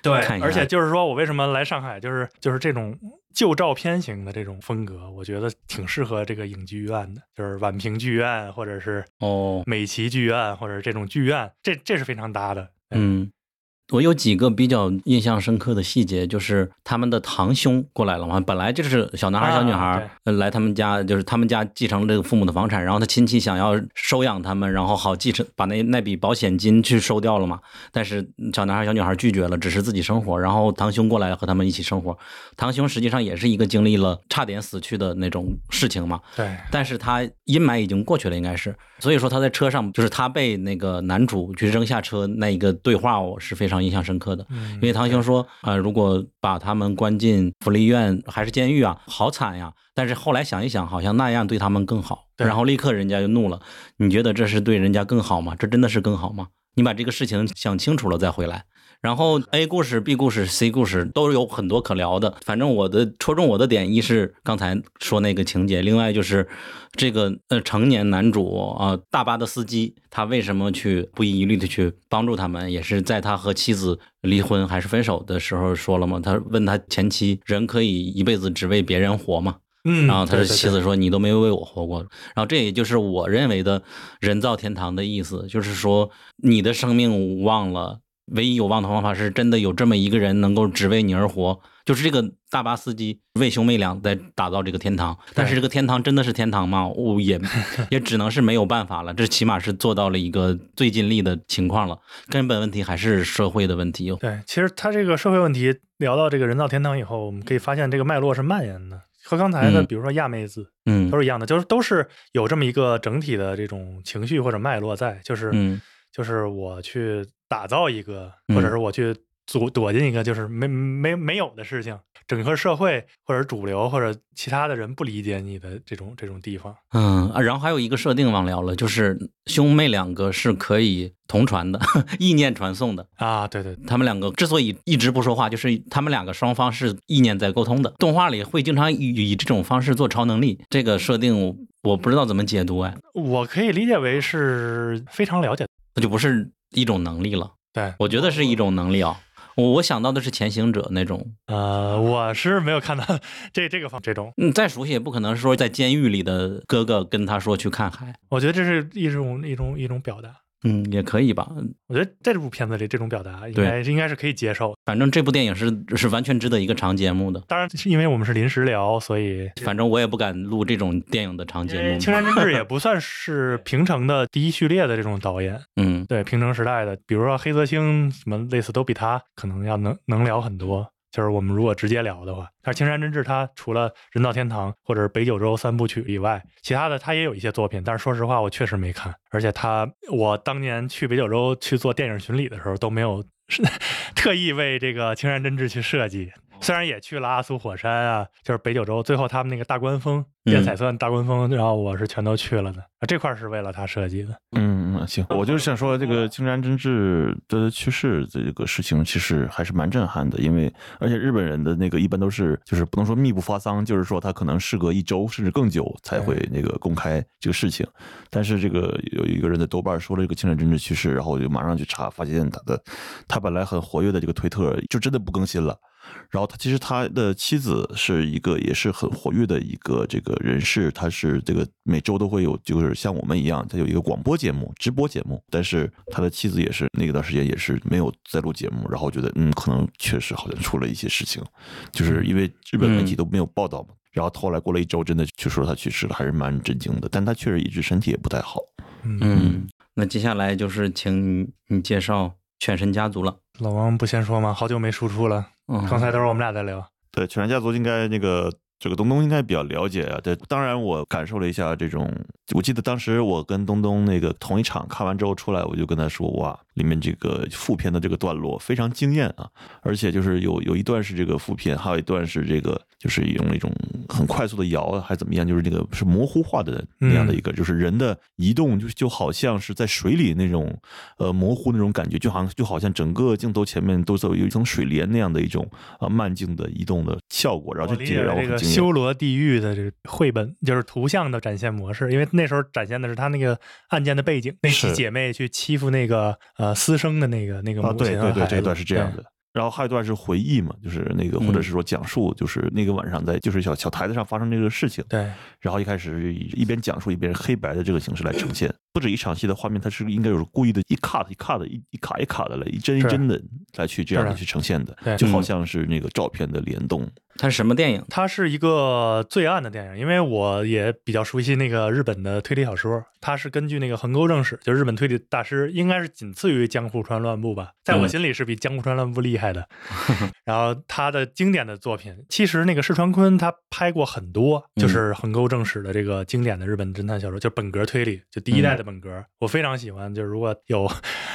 Speaker 7: 对
Speaker 5: [LAUGHS] 看一下，
Speaker 7: 而且就是说我为什么来上海，就是就是这种旧照片型的这种风格，我觉得挺适合这个影剧院的，就是宛平剧院或者是
Speaker 5: 哦，
Speaker 7: 美琪剧院或者这种剧院，这这是非常搭的。对，
Speaker 5: 嗯，我有几个比较印象深刻的细节，就是他们的堂兄过来了嘛，本来就是小男孩、
Speaker 7: 啊
Speaker 5: 小女孩、
Speaker 7: 对
Speaker 5: 呃来他们家，就是他们家继承了这个父母的房产，然后他亲戚想要收养他们，然后好继承把那那笔保险金去收掉了嘛，但是小男孩、小女孩拒绝了，只是自己生活，然后堂兄过来和他们一起生活，堂兄实际上也是一个经历了差点死去的那种事情嘛，
Speaker 7: 对，
Speaker 5: 但是他阴霾已经过去了，应该是，所以说他在车上，就是他被那个男主去扔下车那一个对话，我是非常印象深刻的。
Speaker 7: 嗯
Speaker 5: 因为堂兄说，啊、如果把他们关进福利院还是监狱啊，好惨呀！但是后来想一想，好像那样对他们更好。
Speaker 7: 对
Speaker 5: 然后立刻人家就怒了，你觉得这是对人家更好吗？这真的是更好吗？你把这个事情想清楚了再回来。然后 A 故事、B 故事、C 故事都有很多可聊的。反正我的戳中我的点，一是刚才说那个情节，另外就是这个呃成年男主啊、呃大巴的司机，他为什么去不遗余力的去帮助他们，也是在他和妻子离婚还是分手的时候说了嘛？他问他前妻，人可以一辈子只为别人活吗？
Speaker 7: 嗯，
Speaker 5: 然后他的
Speaker 7: 对对
Speaker 5: 妻
Speaker 7: 对
Speaker 5: 子说：“你都没有为我活过。”然后这也就是我认为的人造天堂的意思，就是说你的生命忘了，唯一有望的方法是真的有这么一个人能够只为你而活，就是这个大巴司机为熊为良在打造这个天堂。但是这个天堂真的是天堂吗？我
Speaker 7: [LAUGHS]
Speaker 5: 也也只能是没有办法了，这起码是做到了一个最尽力的情况了。根本问题还是社会的问题。
Speaker 7: 对，其实他这个社会问题聊到这个人造天堂以后，我们可以发现这个脉络是蔓延的，和刚才的
Speaker 5: 嗯
Speaker 7: 比如说亚妹子
Speaker 5: 嗯
Speaker 7: 都是一样的，就是都是有这么一个整体的这种情绪或者脉络在，就是
Speaker 5: 嗯
Speaker 7: 就是我去打造一个，
Speaker 5: 嗯
Speaker 7: 或者是我去躲躲进一个就是没没没有的事情，整个社会或者主流或者其他的人不理解你的这种这种地方。
Speaker 5: 嗯，啊然后还有一个设定忘聊了，就是兄妹两个是可以同传的， [LAUGHS] 意念传送的。
Speaker 7: 啊，对对，
Speaker 5: 他们两个之所以一直不说话，就是他们两个双方是意念在沟通的。动画里会经常以以这种方式做超能力，这个设定我我不知道怎么解读哎，
Speaker 7: 我可以理解为是非常了解的。
Speaker 5: 那就不是一种能力了。
Speaker 7: 对，
Speaker 5: 我觉得是一种能力啊，我我想到的是潜行者那种。
Speaker 7: 呃，我是没有看到 [LAUGHS] 这这个方这种，
Speaker 5: 嗯，再熟悉也不可能说在监狱里的哥哥跟他说去看海，
Speaker 7: 我觉得这是一种一种一种表达。
Speaker 5: 嗯，也可以吧。
Speaker 7: 我觉得在这部片子里，这种表达应
Speaker 5: 对
Speaker 7: 该应该是可以接受的。
Speaker 5: 反正这部电影是是完全值得一个长节目的。
Speaker 7: 当然，是因为我们是临时聊，所以
Speaker 5: 反正我也不敢录这种电影的长节
Speaker 7: 因为
Speaker 5: 目。
Speaker 7: 青山真
Speaker 5: [LAUGHS]
Speaker 7: 志也不算是平成的第一序列的这种导演，
Speaker 5: 嗯，
Speaker 7: 对平成时代的，比如说黑泽清什么类似，都比他可能要能能聊很多。就是我们如果直接聊的话，但是青山真志他除了《人造天堂》或者《北九州三部曲》以外，其他的他也有一些作品，但是说实话，我确实没看。而且他，我当年去北九州去做电影巡礼的时候，都没有 [LAUGHS] 特意为这个青山真志去设计。
Speaker 5: 哦
Speaker 7: 虽然也去了阿苏火山啊，就是北九州，最后他们那个大观峰
Speaker 5: 嗯
Speaker 7: 电彩色大观峰，然后我是全都去了的。啊这块儿是为了他设计的。
Speaker 6: 嗯嗯，行，我就是想说，这个青山真治的去世这个事情，其实还是蛮震撼的，因为而且日本人的那个一般都是就是不能说密不发丧，就是说他可能事隔一周甚至更久才会那个公开这个事情。但是这个有一个人在豆瓣说了这个青山真治去世，然后我就马上去查，发现他的他本来很活跃的这个推特就真的不更新了。然后他其实他的妻子是一个也是很活跃的一个这个人士，他是这个每周都会有，就是像我们一样，他有一个广播节目、直播节目。但是他的妻子也是那段时间也是没有在录节目，然后觉得嗯，可能确实好像出了一些事情，就是因为日本媒体都没有报道嘛。然后后来过了一周，真的就说他去世了，还是蛮震惊的。但他确实一直身体也不太好。
Speaker 5: 嗯，那接下来就是请你你介绍《犬神家族》了。
Speaker 7: 老王不先说吗？好久没输出了，
Speaker 5: 嗯，
Speaker 7: 刚才都是我们俩在聊。
Speaker 6: 对，犬山家族应该那个这个东东应该比较了解啊。对，当然我感受了一下这种，我记得当时我跟东东那个同一场看完之后出来，我就跟他说，哇，里面这个副片的这个段落非常惊艳啊，而且就是有有一段是这个副片，还有一段是这个就是用一种很快速的摇啊还怎么样，就是那个是模糊化的那样的一个，就是人的移动就就好像是在水里那种呃模糊那种感觉，就好像就好像整个镜头前面都是有一层水帘那样的一种啊、呃慢镜的移动的效果，然后
Speaker 7: 我
Speaker 6: 就
Speaker 7: 理
Speaker 6: 这
Speaker 7: 解
Speaker 6: 个让我
Speaker 7: 这
Speaker 6: 很
Speaker 7: 个
Speaker 6: 惊艳。
Speaker 7: 修罗地狱的这个绘本，就是图像的展现模式，因为那时候展现的是他那个案件的背景，那几
Speaker 6: 是
Speaker 7: 姐妹去欺负那个呃私生的那个那个
Speaker 6: 啊，
Speaker 7: 母
Speaker 6: 对
Speaker 7: 亲和
Speaker 6: 对对，
Speaker 7: 孩
Speaker 6: 这一
Speaker 7: 子
Speaker 6: 段是这样。的。然后还有一段是回忆嘛，就是那个或
Speaker 7: 嗯
Speaker 6: 者是说讲述，就是那个晚上在就是小小台子上发生这个事情，
Speaker 7: 对，对
Speaker 6: 然后一开始以一边讲述一边黑白的这个形式来呈现，不止一场戏的画面，它是应该有故意的一 cut 一 cut 一一卡一卡的来一帧一帧的来去这样
Speaker 7: 是
Speaker 6: 的
Speaker 7: 的
Speaker 6: 去呈现的，
Speaker 7: 对嗯
Speaker 6: 就好像是那个照片的联动。
Speaker 5: 它是什么电影？
Speaker 7: 它是一个罪案的电影，因为我也比较熟悉那个日本的推理小说，它是根据那个横沟正史，就日本推理大师，应该是仅次于江户川乱步吧，在我
Speaker 5: 嗯
Speaker 7: 心里是比江户川乱步厉害的。然后他的经典的作品，其实那个石川昆他拍过很多，就是横沟正史的这个经典的日本侦探小说，就是本格推理，就第一代的本格，我非常喜欢。就是如果有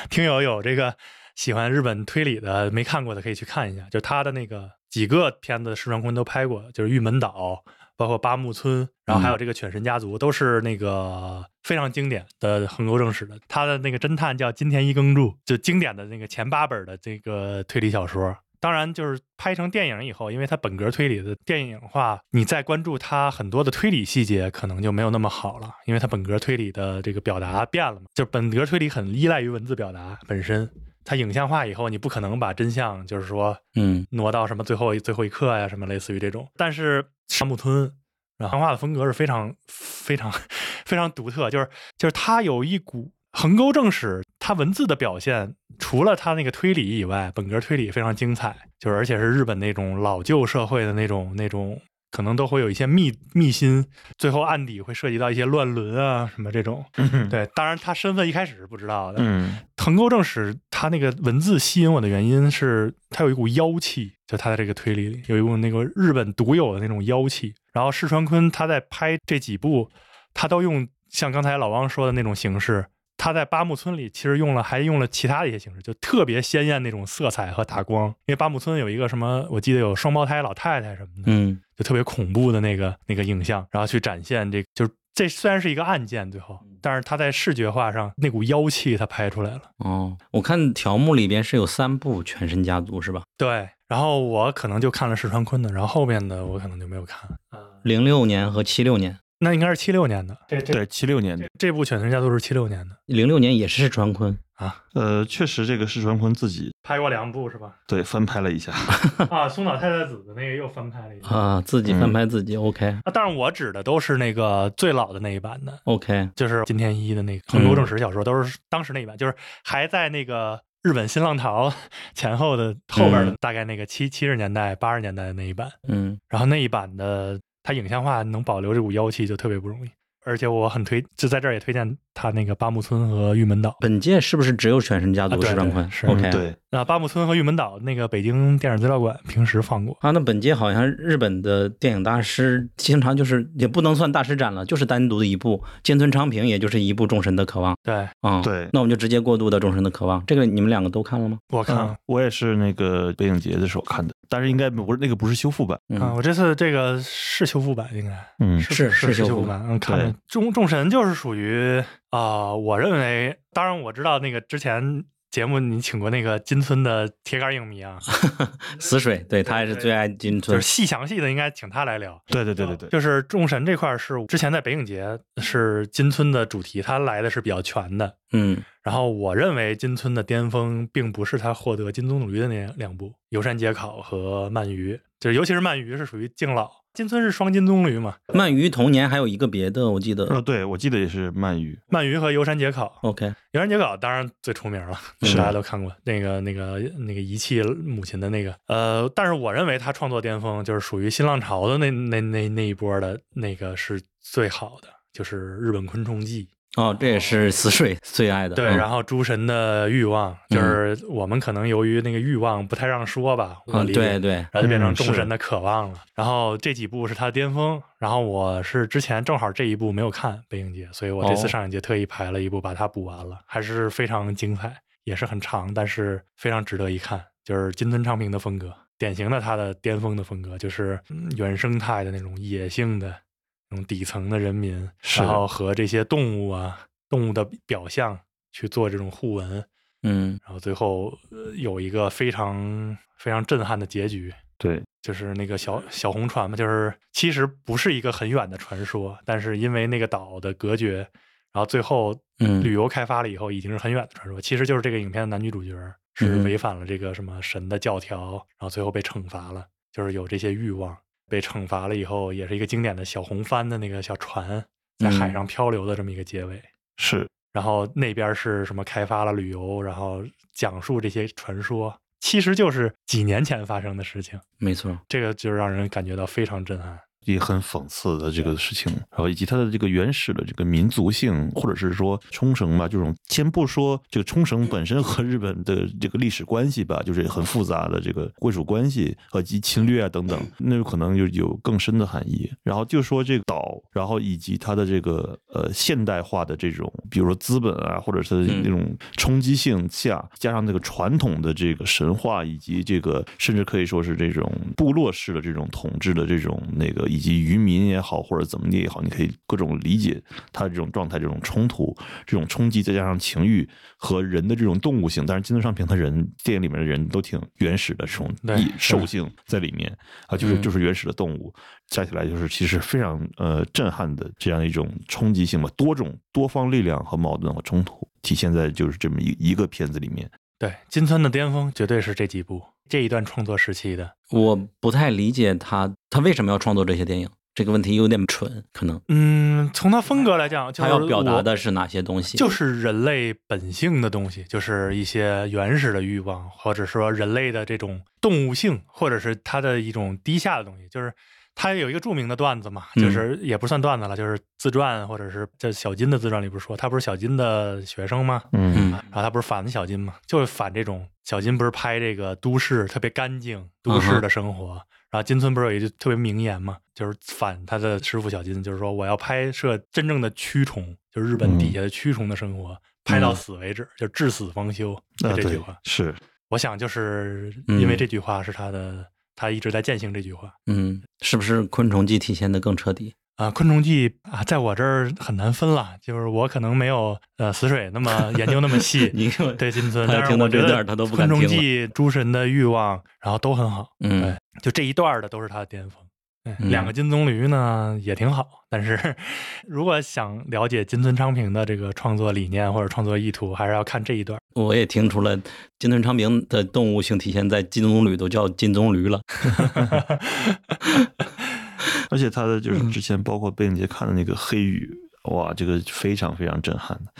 Speaker 7: 听友有这个喜欢日本推理的没看过的，可以去看一下，就他的那个几个片子石川昆都拍过，就是《玉门岛》。包括八木村，然后还有这个《犬神家族》，都是那个非常经典的横沟正史的。他的那个侦探叫金田一耕助，就经典的那个前八本的这个推理小说。当然，就是拍成电影以后，因为它本格推理的电影化，你再关注它很多的推理细节，可能就没有那么好了，因为它本格推理的这个表达变了嘛。就是本格推理很依赖于文字表达本身，它影像化以后，你不可能把真相就是说
Speaker 5: 嗯
Speaker 7: 挪到什么最后一最后一刻呀、什么类似于这种。但是山木村，然后画的风格是非常非常 [LAUGHS] 非常独特，就是就是他有一股横沟正史，他文字的表现。除了他那个推理以外，本格推理非常精彩，就是而且是日本那种老旧社会的那种那种，可能都会有一些密密心，最后案底会涉及到一些乱伦啊什么这种。
Speaker 6: 嗯，
Speaker 7: 对，当然他身份一开始是不知道的。
Speaker 6: 嗯，
Speaker 7: 藤沟正史他那个文字吸引我的原因是，他有一股妖气，就他的这个推理里有一股那个日本独有的那种妖气。然后石川昆他在拍这几部，他都用像刚才老汪说的那种形式。他在八木村里其实用了，还用了其他的一些形式，就特别鲜艳那种色彩和打光。因为八木村有一个什么，我记得有双胞胎老太太什么的，
Speaker 5: 嗯
Speaker 7: 就特别恐怖的那个那个影像，然后去展现这个，就是这虽然是一个案件，最后，但是它在视觉化上那股妖气它拍出来了。
Speaker 5: 哦，我看条目里边是有三部《全身家族》是吧？
Speaker 7: 对，然后我可能就看了石川昆的，然后后面的我可能就没有看。
Speaker 5: 零六年和七六年，
Speaker 7: 那应该是七六年的，啊这这
Speaker 6: 对，七六年的，
Speaker 7: 这部《犬神家族》是七六年的
Speaker 5: 零六年也是川坤，
Speaker 7: 啊，
Speaker 6: 呃，确实这个石川昆自己
Speaker 7: 拍过两部是吧？
Speaker 6: 对翻拍了一下，
Speaker 7: [LAUGHS] 啊，松岛太太子的那个又翻拍了一下。
Speaker 5: 啊，自己翻拍自己、o k
Speaker 7: 啊，当然我指的都是那个最老的那一版的，
Speaker 5: OK，
Speaker 7: 就是金田一的那个横沟正史小说，都是当时那一版，就是还在那个日本新浪潮 [LAUGHS] 前后的后边的
Speaker 5: 嗯
Speaker 7: 大概那个七七十年代八十年代的那一版，
Speaker 5: 嗯
Speaker 7: 然后那一版的它影像化能保留这股妖气就特别不容易，而且我很推，就在这儿也推荐他那个八木村和玉门岛。
Speaker 5: 本届是不是只有《全身家族
Speaker 7: 啊》对
Speaker 5: 是川坤
Speaker 7: 对是
Speaker 5: o k
Speaker 6: 嗯对，
Speaker 7: 那八木村和玉门岛那个北京电影资料馆平时放过，
Speaker 5: 啊，那本届好像日本的电影大师经常就是也不能算大师展了，就是单独的一部，菅村昌平也就是一部《众神的渴望》
Speaker 7: 对
Speaker 5: 啊、
Speaker 6: 对
Speaker 5: 那我们就直接过渡到《众神的渴望》，这个你们两个都看了吗？
Speaker 7: 我看
Speaker 6: 嗯
Speaker 7: 了，
Speaker 6: 我也是那个北影节的时候看的，但是应该不是那个不是修复版，
Speaker 5: 嗯，
Speaker 7: 啊，我这次这个是修复版应该。
Speaker 6: 嗯
Speaker 5: 是
Speaker 7: 是
Speaker 5: 是修复
Speaker 7: 复
Speaker 5: 版
Speaker 7: 版，嗯，看
Speaker 6: 对
Speaker 7: 着众众神就是属于啊、我认为，当然我知道那个之前节目你请过那个金村的铁杆影迷啊，
Speaker 5: 死水，对他也是最爱金
Speaker 7: 就
Speaker 5: 村
Speaker 7: 是，细详细的应该请他来聊。
Speaker 6: 对对对对对，
Speaker 7: 就是众神这块儿是之前在北影节是金村的主题，他来的是比较全的。
Speaker 5: 嗯
Speaker 7: 然后我认为金村的巅峰并不是他获得金棕榈的那两部《游山解考》和《鳗鱼》，就是尤其是《鳗鱼》是属于敬老，金村是双金棕榈嘛，
Speaker 5: 鳗鱼同年还有一个别的，我记
Speaker 7: 嗯
Speaker 6: 呃，
Speaker 5: 得。
Speaker 6: 对我记得也是鳗鱼，
Speaker 7: 《鳗鱼》和《游山解考》。
Speaker 5: OK，
Speaker 7: 《游山解稿》当然最出名了，
Speaker 6: 是
Speaker 7: 大家都看过那个那个那个遗弃母亲的那个。呃，但是我认为他创作巅峰就是属于新浪潮的那那那那一波的那个是最好的，就是《日本昆虫记
Speaker 5: 哦，这也是死水最爱》。的。
Speaker 7: 对，
Speaker 5: 嗯
Speaker 7: 然后《诸神的欲望》就是我们可能由于那个欲望不太让说吧，我
Speaker 5: 嗯，
Speaker 7: 理解。
Speaker 5: 对对，
Speaker 7: 然后就变成
Speaker 6: 嗯
Speaker 7: 众
Speaker 6: 是
Speaker 7: 神的渴望了。然后这几部是他的巅峰，然后我是之前正好这一部没有看北影节，所以我这
Speaker 5: 哦
Speaker 7: 次上影节特意排了一部把它补完了，还是非常精彩，也是很长，但是非常值得一看，就是金村昌平的风格，典型的他的巅峰的风格，就是嗯原生态的那种野性的。那种底层的人民，
Speaker 6: 是
Speaker 7: 然后和这些动物啊、动物的表象去做这种互文，
Speaker 5: 嗯，
Speaker 7: 然后最后、呃、有一个非常非常震撼的结局，
Speaker 6: 对，
Speaker 7: 就是那个小小红船嘛，就是其实不是一个很远的传说，但是因为那个岛的隔绝，然后最后
Speaker 5: 嗯
Speaker 7: 旅游开发了以后，已经是很远的传说。其实就是这个影片的男女主角是
Speaker 5: 嗯
Speaker 7: 违反了这个什么神的教条，然后最后被惩罚了，就是有这些欲望被惩罚了以后，也是一个经典的小红帆的那个小船在海
Speaker 5: 嗯
Speaker 7: 上漂流的这么一个结尾。
Speaker 6: 是
Speaker 7: 然后那边是什么开发了旅游，然后讲述这些传说，其实就是几年前发生的事情。
Speaker 5: 没错。
Speaker 7: 这个就让人感觉到非常震撼。
Speaker 6: 也很讽刺的这个事情，然后以及它的这个原始的这个民族性，或者是说冲绳吧，这种先不说这个冲绳本身和日本的这个历史关系吧， [LAUGHS] 就是很复杂的这个归属关系和及侵略啊等等，那有可能就有更深的含义。然后就说这个岛，然后以及它的这个呃现代化的这种，比如说资本啊，或者是
Speaker 7: 嗯
Speaker 6: 那种冲击性下，加上这个传统的这个神话，以及这个甚至可以说是这种部落式的这种统治的这种那个，以及渔民也好，或者怎么的也好，你可以各种理解它这种状态、这种冲突、这种冲击，再加上情欲和人的这种动物性。但是金村上平他人电影里面的人都挺原始的这种
Speaker 7: 对
Speaker 6: 野兽性在里面啊，就是
Speaker 5: 嗯
Speaker 6: 就是原始的动物，加起来就是其实非常呃震撼的这样一种冲击性吧，多种多方力量和矛盾和冲突体现在就是这么一一个片子里面。
Speaker 7: 对，金村的巅峰绝对是这几部这一段创作时期的。
Speaker 5: 我不太理解他，他为什么要创作这些电影？这个问题有点蠢，可能
Speaker 7: 嗯，从他风格来讲，就
Speaker 5: 他
Speaker 7: 是
Speaker 5: 要表达
Speaker 7: 我
Speaker 5: 的是哪些东西？
Speaker 7: 就是人类本性的东西，就是一些原始的欲望，或者说人类的这种动物性，或者是它的一种低下的东西。就是它有一个著名的段子嘛，
Speaker 5: 嗯
Speaker 7: 就是也不算段子了，就是自传或者是这小金的自传里不是说他不是小金的学生吗？
Speaker 6: 嗯，
Speaker 5: 嗯
Speaker 7: 然后他不是反小金嘛，就是反这种小金不是拍这个都市特别干净都市的生
Speaker 6: 嗯
Speaker 7: 活，然后金村不是有一句特别名言嘛，就是反他的师傅小金，就是说我要拍摄真正的蛆虫，就是日本底
Speaker 6: 嗯
Speaker 7: 下的蛆虫的生活，拍到死为止，就至死方休。就
Speaker 6: 啊
Speaker 7: 这句
Speaker 6: 对
Speaker 7: 话，
Speaker 6: 是
Speaker 7: 我想就是因为
Speaker 5: 嗯
Speaker 7: 这句话是他的，他一直在践行这句话。
Speaker 5: 嗯，是不是昆虫记体现的更彻底？
Speaker 7: 啊，昆虫记啊，在我这儿很难分了，就是我可能没有呃死水那么研究那么
Speaker 6: [LAUGHS]
Speaker 7: 细
Speaker 5: [LAUGHS] ，你给我
Speaker 7: 对金村，
Speaker 5: 他
Speaker 7: 但是
Speaker 5: 听到
Speaker 7: 我觉
Speaker 5: 这段
Speaker 7: 得
Speaker 5: 儿他都不
Speaker 7: 昆
Speaker 5: 敢
Speaker 7: 虫
Speaker 5: 听了
Speaker 7: 记、诸神的欲望，然后都很好，哎
Speaker 5: 嗯
Speaker 7: 就这一段儿的都是他的巅峰。哎
Speaker 5: 嗯
Speaker 7: 两个金棕榈呢也挺好，但是 [LAUGHS] 如果想了解金村昌平的这个创作理念或者创作意图，还是要看这
Speaker 5: [LAUGHS]
Speaker 7: 一段儿。
Speaker 5: 我也听出了金豚昌平的动物性体现在金棕榈都叫金棕榈了。
Speaker 6: 而且他的
Speaker 7: 嗯
Speaker 6: 就是之前包括贝尼杰看的那个《黑雨》，哇，这个非常非常震撼的。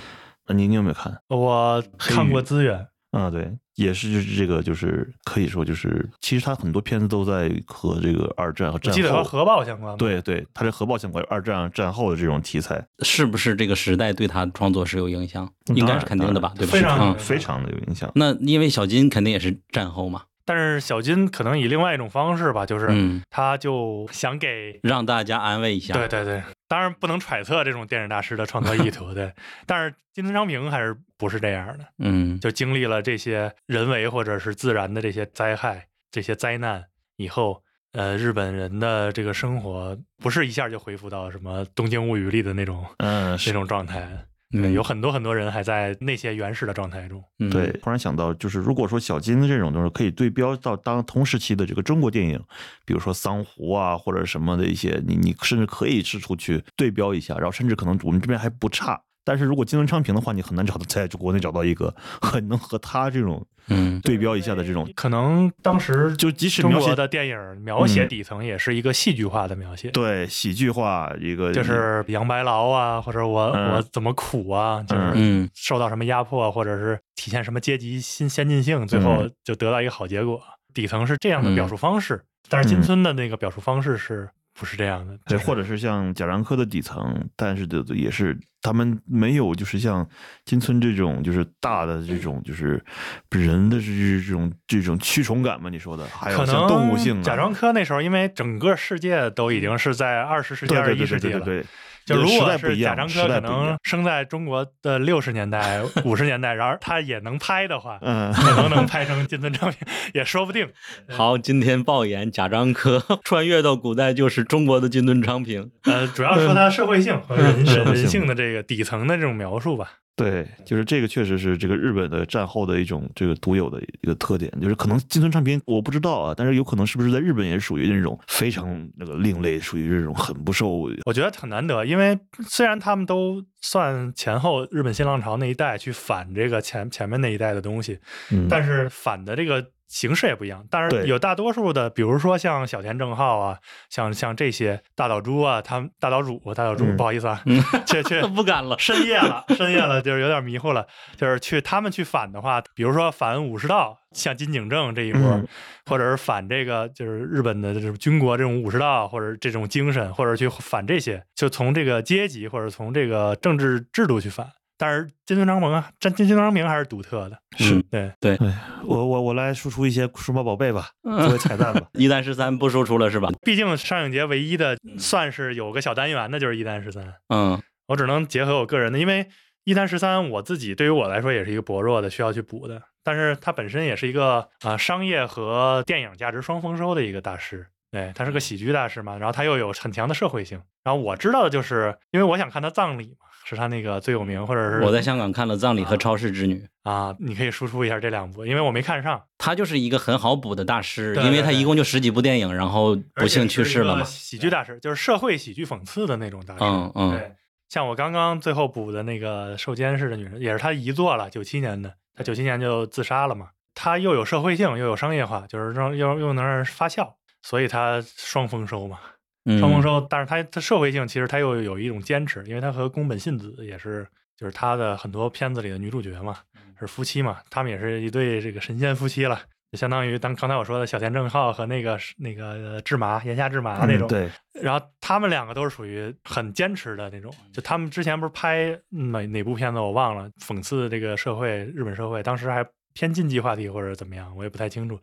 Speaker 6: 那您有没有看？
Speaker 7: 我看过资源，
Speaker 6: 啊，对，也是就是这个，就是可以说就是，其实他很多片子都在和这个二战和
Speaker 7: 我
Speaker 6: 战
Speaker 7: 记得和
Speaker 6: 后，
Speaker 7: 核爆相关吧？
Speaker 6: 对对，他这核爆相关，二战战后的这种题材，
Speaker 5: 是不是这个时代对他创作是有影响？
Speaker 6: 嗯
Speaker 5: 应
Speaker 6: 当
Speaker 5: 该
Speaker 6: 然
Speaker 5: 是肯定的吧，对吧？
Speaker 7: 非常
Speaker 5: 嗯
Speaker 7: 有
Speaker 6: 非常的有影响。
Speaker 5: 那因为小金肯定也是战后嘛，
Speaker 7: 但是小金可能以另外一种方式吧，就是
Speaker 5: 嗯，
Speaker 7: 他就想给
Speaker 5: 让大家安慰一下。
Speaker 7: 对对对，当然不能揣测这种电影大师的创作意
Speaker 6: [LAUGHS]
Speaker 7: 图，对。但是金村昌平还是不是这样的，
Speaker 5: 嗯，
Speaker 7: 就经历了这些人为或者是自然的这些灾害、这些灾难以后，呃，日本人的这个生活不是一下就恢复到什么《东京物语》里的那种
Speaker 6: 嗯，
Speaker 7: 那
Speaker 6: 是
Speaker 7: 种状态。
Speaker 5: 嗯
Speaker 7: 对有很多很多人还在那些原始的状态中，
Speaker 5: 嗯
Speaker 6: 对，，突然想到，就是如果说小金的这种东西可以对标到当同时期的这个中国电影，比如说《桑湖》啊，或者什么的一些，你你甚至可以试图去对标一下，然后甚至可能我们这边还不差。但是如果金文昌平的话，你很难找到在国内找到一个 [LAUGHS] 很能和他这种
Speaker 5: 嗯
Speaker 6: 对标一下的这种，
Speaker 7: 可能当时
Speaker 6: 就即使
Speaker 7: 中
Speaker 6: 描
Speaker 7: 国
Speaker 6: 写
Speaker 7: 的电影描写
Speaker 6: 嗯
Speaker 7: 底层也是一个戏剧化的描写，
Speaker 6: 对喜剧化一个
Speaker 7: 就是杨白劳啊，或者我、
Speaker 6: 嗯
Speaker 7: 我怎么苦啊，就是
Speaker 5: 嗯
Speaker 7: 受到什么压迫，或者是体现什么阶级新先进性，最后
Speaker 6: 嗯
Speaker 7: 就得到一个好结果。底层是这样的表述方式，但是金村的那个表述方式是不是这样的？
Speaker 6: 嗯对，
Speaker 7: 就是
Speaker 6: 或者是像贾樟柯的底层，但是的也是他们没有，就是像金村这种，就是大的这种，就是人的这这种这种驱虫感嘛？你说的，还有
Speaker 7: 可
Speaker 6: 像
Speaker 7: 能
Speaker 6: 动物性啊，
Speaker 7: 贾樟柯那时候，因为整个世界都已经是在二十世纪、
Speaker 6: 对
Speaker 7: 二
Speaker 6: 对
Speaker 7: 十一
Speaker 6: 对对
Speaker 7: 世纪
Speaker 6: 对
Speaker 7: 了，
Speaker 6: 对，
Speaker 7: 就如
Speaker 6: 时
Speaker 7: 果
Speaker 6: 代不
Speaker 7: 是
Speaker 6: 一
Speaker 7: 贾
Speaker 6: 样，
Speaker 7: 樟
Speaker 6: 时
Speaker 7: 柯
Speaker 6: 代
Speaker 7: 可
Speaker 6: 不一
Speaker 7: 能
Speaker 6: 样，
Speaker 7: 生在中国的六十年代、
Speaker 6: [LAUGHS]
Speaker 7: 五十年代，然而他也能拍的话，
Speaker 6: 嗯， [LAUGHS]
Speaker 7: 可能能拍成金村照片，也说不定。
Speaker 5: 好，今天爆言贾樟柯穿越到古代就是中国的金盾昌平。
Speaker 7: 呃，主要说它社会性和人
Speaker 6: 嗯社会性
Speaker 7: 人性的这个底层的这种描述吧。
Speaker 6: 对，就是这个确实是这个日本的战后的一种这个独有的一个特点，就是可能金村唱片我不知道啊，但是有可能是不是在日本也属于那种非常那个另类，属于这种很不受
Speaker 7: 我觉得很难得，因为虽然他们都算前后日本新浪潮那一代去反这个前前面那一代的东西，
Speaker 6: 嗯
Speaker 7: 但是反的这个形式也不一样。当然，
Speaker 6: 对
Speaker 7: 有大多数的，比如说像小田正浩啊，像像这些大岛猪啊，他们大岛主，大岛主，
Speaker 6: 嗯
Speaker 7: 不好意思
Speaker 6: [LAUGHS]
Speaker 7: 啊，确确
Speaker 5: [LAUGHS] 不敢了，
Speaker 7: [LAUGHS] 深夜了，深夜了，就是有点迷糊了。就是去他们去反的话，比如说反武士道，像金井正这一波，
Speaker 6: 嗯
Speaker 7: 或者是反这个就是日本的这种军国这种武士道，或者这种精神，或者去反这些，就从这个阶级或者从这个政治制度去反。但是金村昌平啊，这金村昌平还是独特的，
Speaker 5: 是
Speaker 7: 嗯对。
Speaker 6: 我我我来输出一些数码宝贝吧，作为彩
Speaker 7: [LAUGHS]
Speaker 6: 蛋吧。
Speaker 5: 一三十三不输出了是吧？
Speaker 7: 毕竟上影节唯一的算是有个小单元的就是一单十三，
Speaker 5: 嗯
Speaker 7: 我只能结合我个人的，因为一单十三我自己对于我来说也是一个薄弱的需要去补的，但是它本身也是一个啊、呃商业和电影价值双丰收的一个大师。对，他是
Speaker 5: 嗯
Speaker 7: 个喜剧大师嘛，然后他又有很强的社会性。然后我知道的就是，因为我想看他葬礼嘛，是他那个最有名，或者是
Speaker 5: 我在香港看了《葬礼》和《超市之女》。
Speaker 7: 啊，你可以输出一下这两部，因为我没看上。
Speaker 5: 他就是一个很好补的大师，
Speaker 7: 对
Speaker 5: 因为
Speaker 7: 对
Speaker 5: 他
Speaker 7: 对
Speaker 5: 一共就十几部电影，然后不幸去世了
Speaker 7: 而且是一个
Speaker 5: 嘛。
Speaker 7: 喜剧大师就是社会喜剧讽刺的那种大师。
Speaker 5: 嗯嗯，
Speaker 7: 对，像我刚刚最后补的那个受监视的女人，也是她遗作了，九七年的，她九七年就自杀了嘛。她又有社会性，又有商业化，就是让又又能让人发笑，所以她双丰收嘛。
Speaker 5: 嗯
Speaker 7: 双丰收，但是它它社会性其实它又有一种坚持，因为它和宫本信子也是，就是她的很多片子里的女主角嘛，
Speaker 5: 嗯
Speaker 7: 是夫妻嘛，他们也是一对这个神仙夫妻了，就相当于当刚才我说的小田正浩和那个那个呃志麻岩下志麻那种，
Speaker 6: 嗯对，
Speaker 7: 然后他们两个都是属于很坚持的那种，就他们之前不是拍哪哪部片子我忘了，讽刺这个社会，日本社会，当时还偏禁忌话题或者怎么样，我也不太清楚，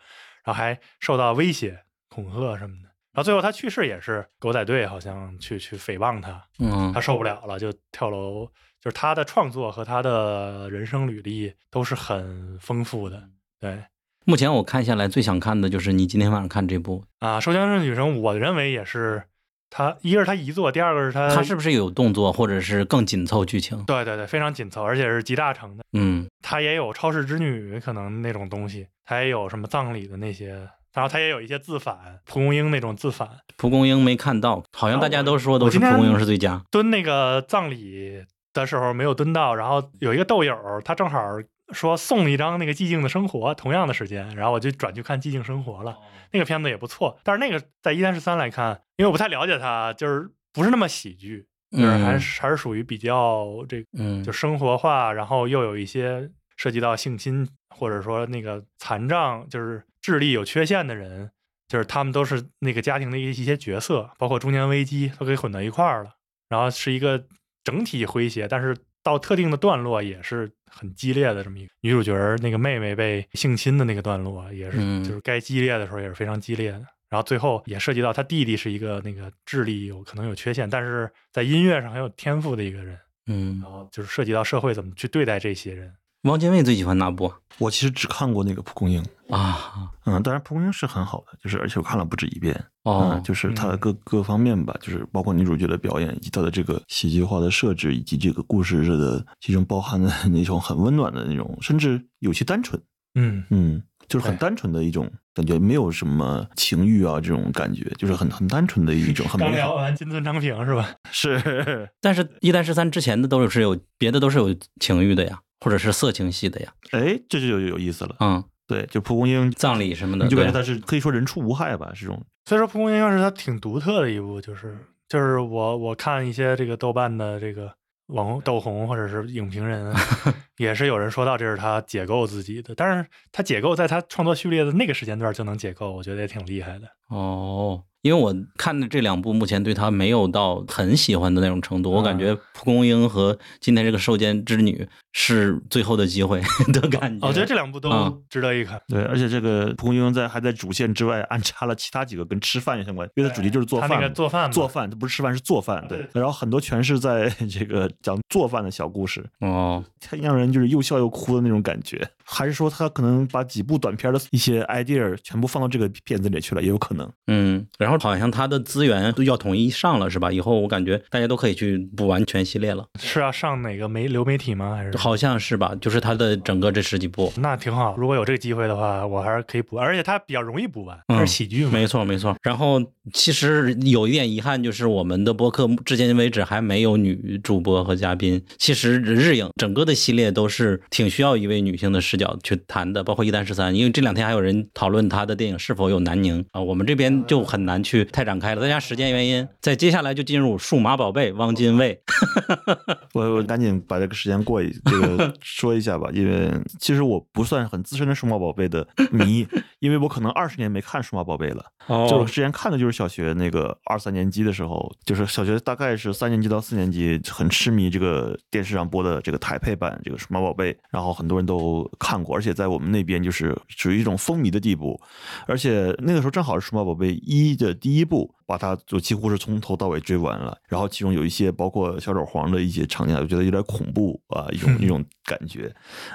Speaker 7: 然后还受到威胁、恐吓什么的。然后最后他去世也是狗仔队好像去去诽谤他，
Speaker 5: 嗯
Speaker 7: 他受不了了就跳楼，就是他的创作和他的人生履历都是很丰富的。对
Speaker 5: 目前我看下来最想看的就是你今天晚上看这部，
Speaker 7: 啊，《收枪是女生》，我认为也是他，一个是他遗作，第二个是他
Speaker 5: 它是不是有动作或者是更紧凑剧情？
Speaker 7: 对对对，非常紧凑，而且是集大成的。
Speaker 5: 嗯
Speaker 7: 它也有超市之女可能那种东西，它也有什么葬礼的那些，然后它也有一些自反，蒲公英那种自反。
Speaker 5: 蒲公英没看到，好像大家都说都是
Speaker 7: 我今
Speaker 5: 蒲
Speaker 7: 天
Speaker 5: 公英是最佳。
Speaker 7: 蹲那个葬礼的时候没有蹲到，然后有一个豆友，他正好说送了一张那个《寂静的生活》，同样的时间，然后我就转去看《寂静生活》了。那个片子也不错，但是那个在一三十三来看，因为我不太了解它，就是不是那么喜剧，就是还
Speaker 5: 嗯
Speaker 7: 是还是属于比较这个
Speaker 5: 嗯
Speaker 7: 就生活化，然后又有一些涉及到性侵或者说那个残障，就是智力有缺陷的人，就是他们都是那个家庭的一些角色，包括中年危机都给混到一块儿了。然后是一个整体诙谐，但是到特定的段落也是很激烈的这么一个女主角儿那个妹妹被性侵的那个段落，也是、
Speaker 5: 嗯
Speaker 7: 就是该激烈的时候也是非常激烈的。然后最后也涉及到她弟弟是一个那个智力有可能有缺陷，但是在音乐上很有天赋的一个人，
Speaker 5: 嗯
Speaker 7: 然，后就是涉及到社会怎么去对待这些人。
Speaker 5: 汪精卫最喜欢哪部
Speaker 6: 我其实只看过那个蒲公英，
Speaker 5: 啊？
Speaker 6: 嗯，当然蒲公英是很好的，就是而且我看了不止一遍，
Speaker 5: 哦
Speaker 6: 嗯，，就是
Speaker 7: 嗯
Speaker 6: 它的各、各方面吧，就是包括女主角的表演，以及她的这个喜剧化的设置，以及这个故事的其中包含的那种很温暖的那种，甚至有些单纯，
Speaker 7: 嗯
Speaker 6: 嗯，就是很
Speaker 7: 对
Speaker 6: 单纯的一种感觉，没有什么情欲啊这种感觉，就是很很单纯的一种，
Speaker 7: [LAUGHS]
Speaker 6: 很
Speaker 7: 刚
Speaker 6: 美
Speaker 7: 聊
Speaker 6: 好，
Speaker 7: 完金村昌平是吧？
Speaker 6: 是 [LAUGHS]
Speaker 5: 但是一三十三之前的都是有别的都是有情欲的呀，或者是色情戏的呀。
Speaker 6: 哎，这就有有意思了。
Speaker 5: 嗯，
Speaker 6: 对，就蒲公英
Speaker 5: 葬礼什么的，
Speaker 6: 你就感觉它
Speaker 5: 对，
Speaker 6: 是可以说人畜无害吧，这种
Speaker 7: 所以说《蒲公英》是它挺独特的一部，就是就是我我看一些这个豆瓣的这个网红豆红或者是影评
Speaker 5: [LAUGHS]
Speaker 7: 人，啊也是有人说到这是他解构自己的，但是他解构在他创作序列的那个时间段就能解构，我觉得也挺厉害的。
Speaker 5: 哦。因为我看的这两部，目前对他没有到很喜欢的那种程度。我感觉《蒲公英》和今天这个《受监之女》是最后的机会 [LAUGHS] 的感觉。
Speaker 7: 哦我觉得这两部都
Speaker 5: 嗯
Speaker 7: 值得一看。
Speaker 6: 对，而且这个蒲公英在还在主线之外安插了其他几个跟吃饭有相关，因为它主题就是做
Speaker 7: 他
Speaker 6: 饭嘛，
Speaker 7: 那个做饭嘛
Speaker 6: 做饭，它不是吃饭是做饭，对
Speaker 7: 对。
Speaker 6: 然后很多全是在 [LAUGHS] 这个讲做饭的小故事，
Speaker 5: 哦，
Speaker 6: 它让人就是又笑又哭的那种感觉。还是说他可能把几部短片的一些 idea 全部放到这个片子里去了，也有可能。
Speaker 5: 嗯，然后好像它的资源都要统一上了，是吧？以后我感觉大家都可以去补完全系列了，
Speaker 7: 是要上哪个媒流媒体吗？还是
Speaker 5: 好像是吧？就是它的整个这十几部，
Speaker 7: 那挺好。如果有这个机会的话，我还是可以补，而且它比较容易补完，它是
Speaker 5: 嗯
Speaker 7: 喜剧嘛。
Speaker 5: 没错，没错。然后其实有一点遗憾，就是我们的播客至今为止还没有女主播和嘉宾。其实日影整个的系列都是挺需要一位女性的视角去谈的，包括一单十三，因为这两天还有人讨论他的电影是否有南宁啊，我们这边就很难去太展开了，再加上时间原因，在接下来就进入数码宝贝汪精卫。
Speaker 6: 我我赶紧把这个时间过一
Speaker 5: [LAUGHS]
Speaker 6: 这个说一下吧，因为其实我不算很资深的数码宝贝的迷，因为我可能二十年没看数码宝贝了。
Speaker 5: [LAUGHS]
Speaker 6: 就我
Speaker 5: 哦，
Speaker 6: 之前看的就是小学那个二三年级的时候，就是小学大概是三年级到四年级，很痴迷这个电视上播的这个台配版这个数码宝贝，然后很多人都看过，而且在我们那边就是属于一种风靡的地步，而且那个时候正好是数码宝贝一的第一部，把它就几乎是从头到尾追完了，然后其中有一些包括小手黄的一些场景，我觉得有点恐怖啊、一种一种感觉，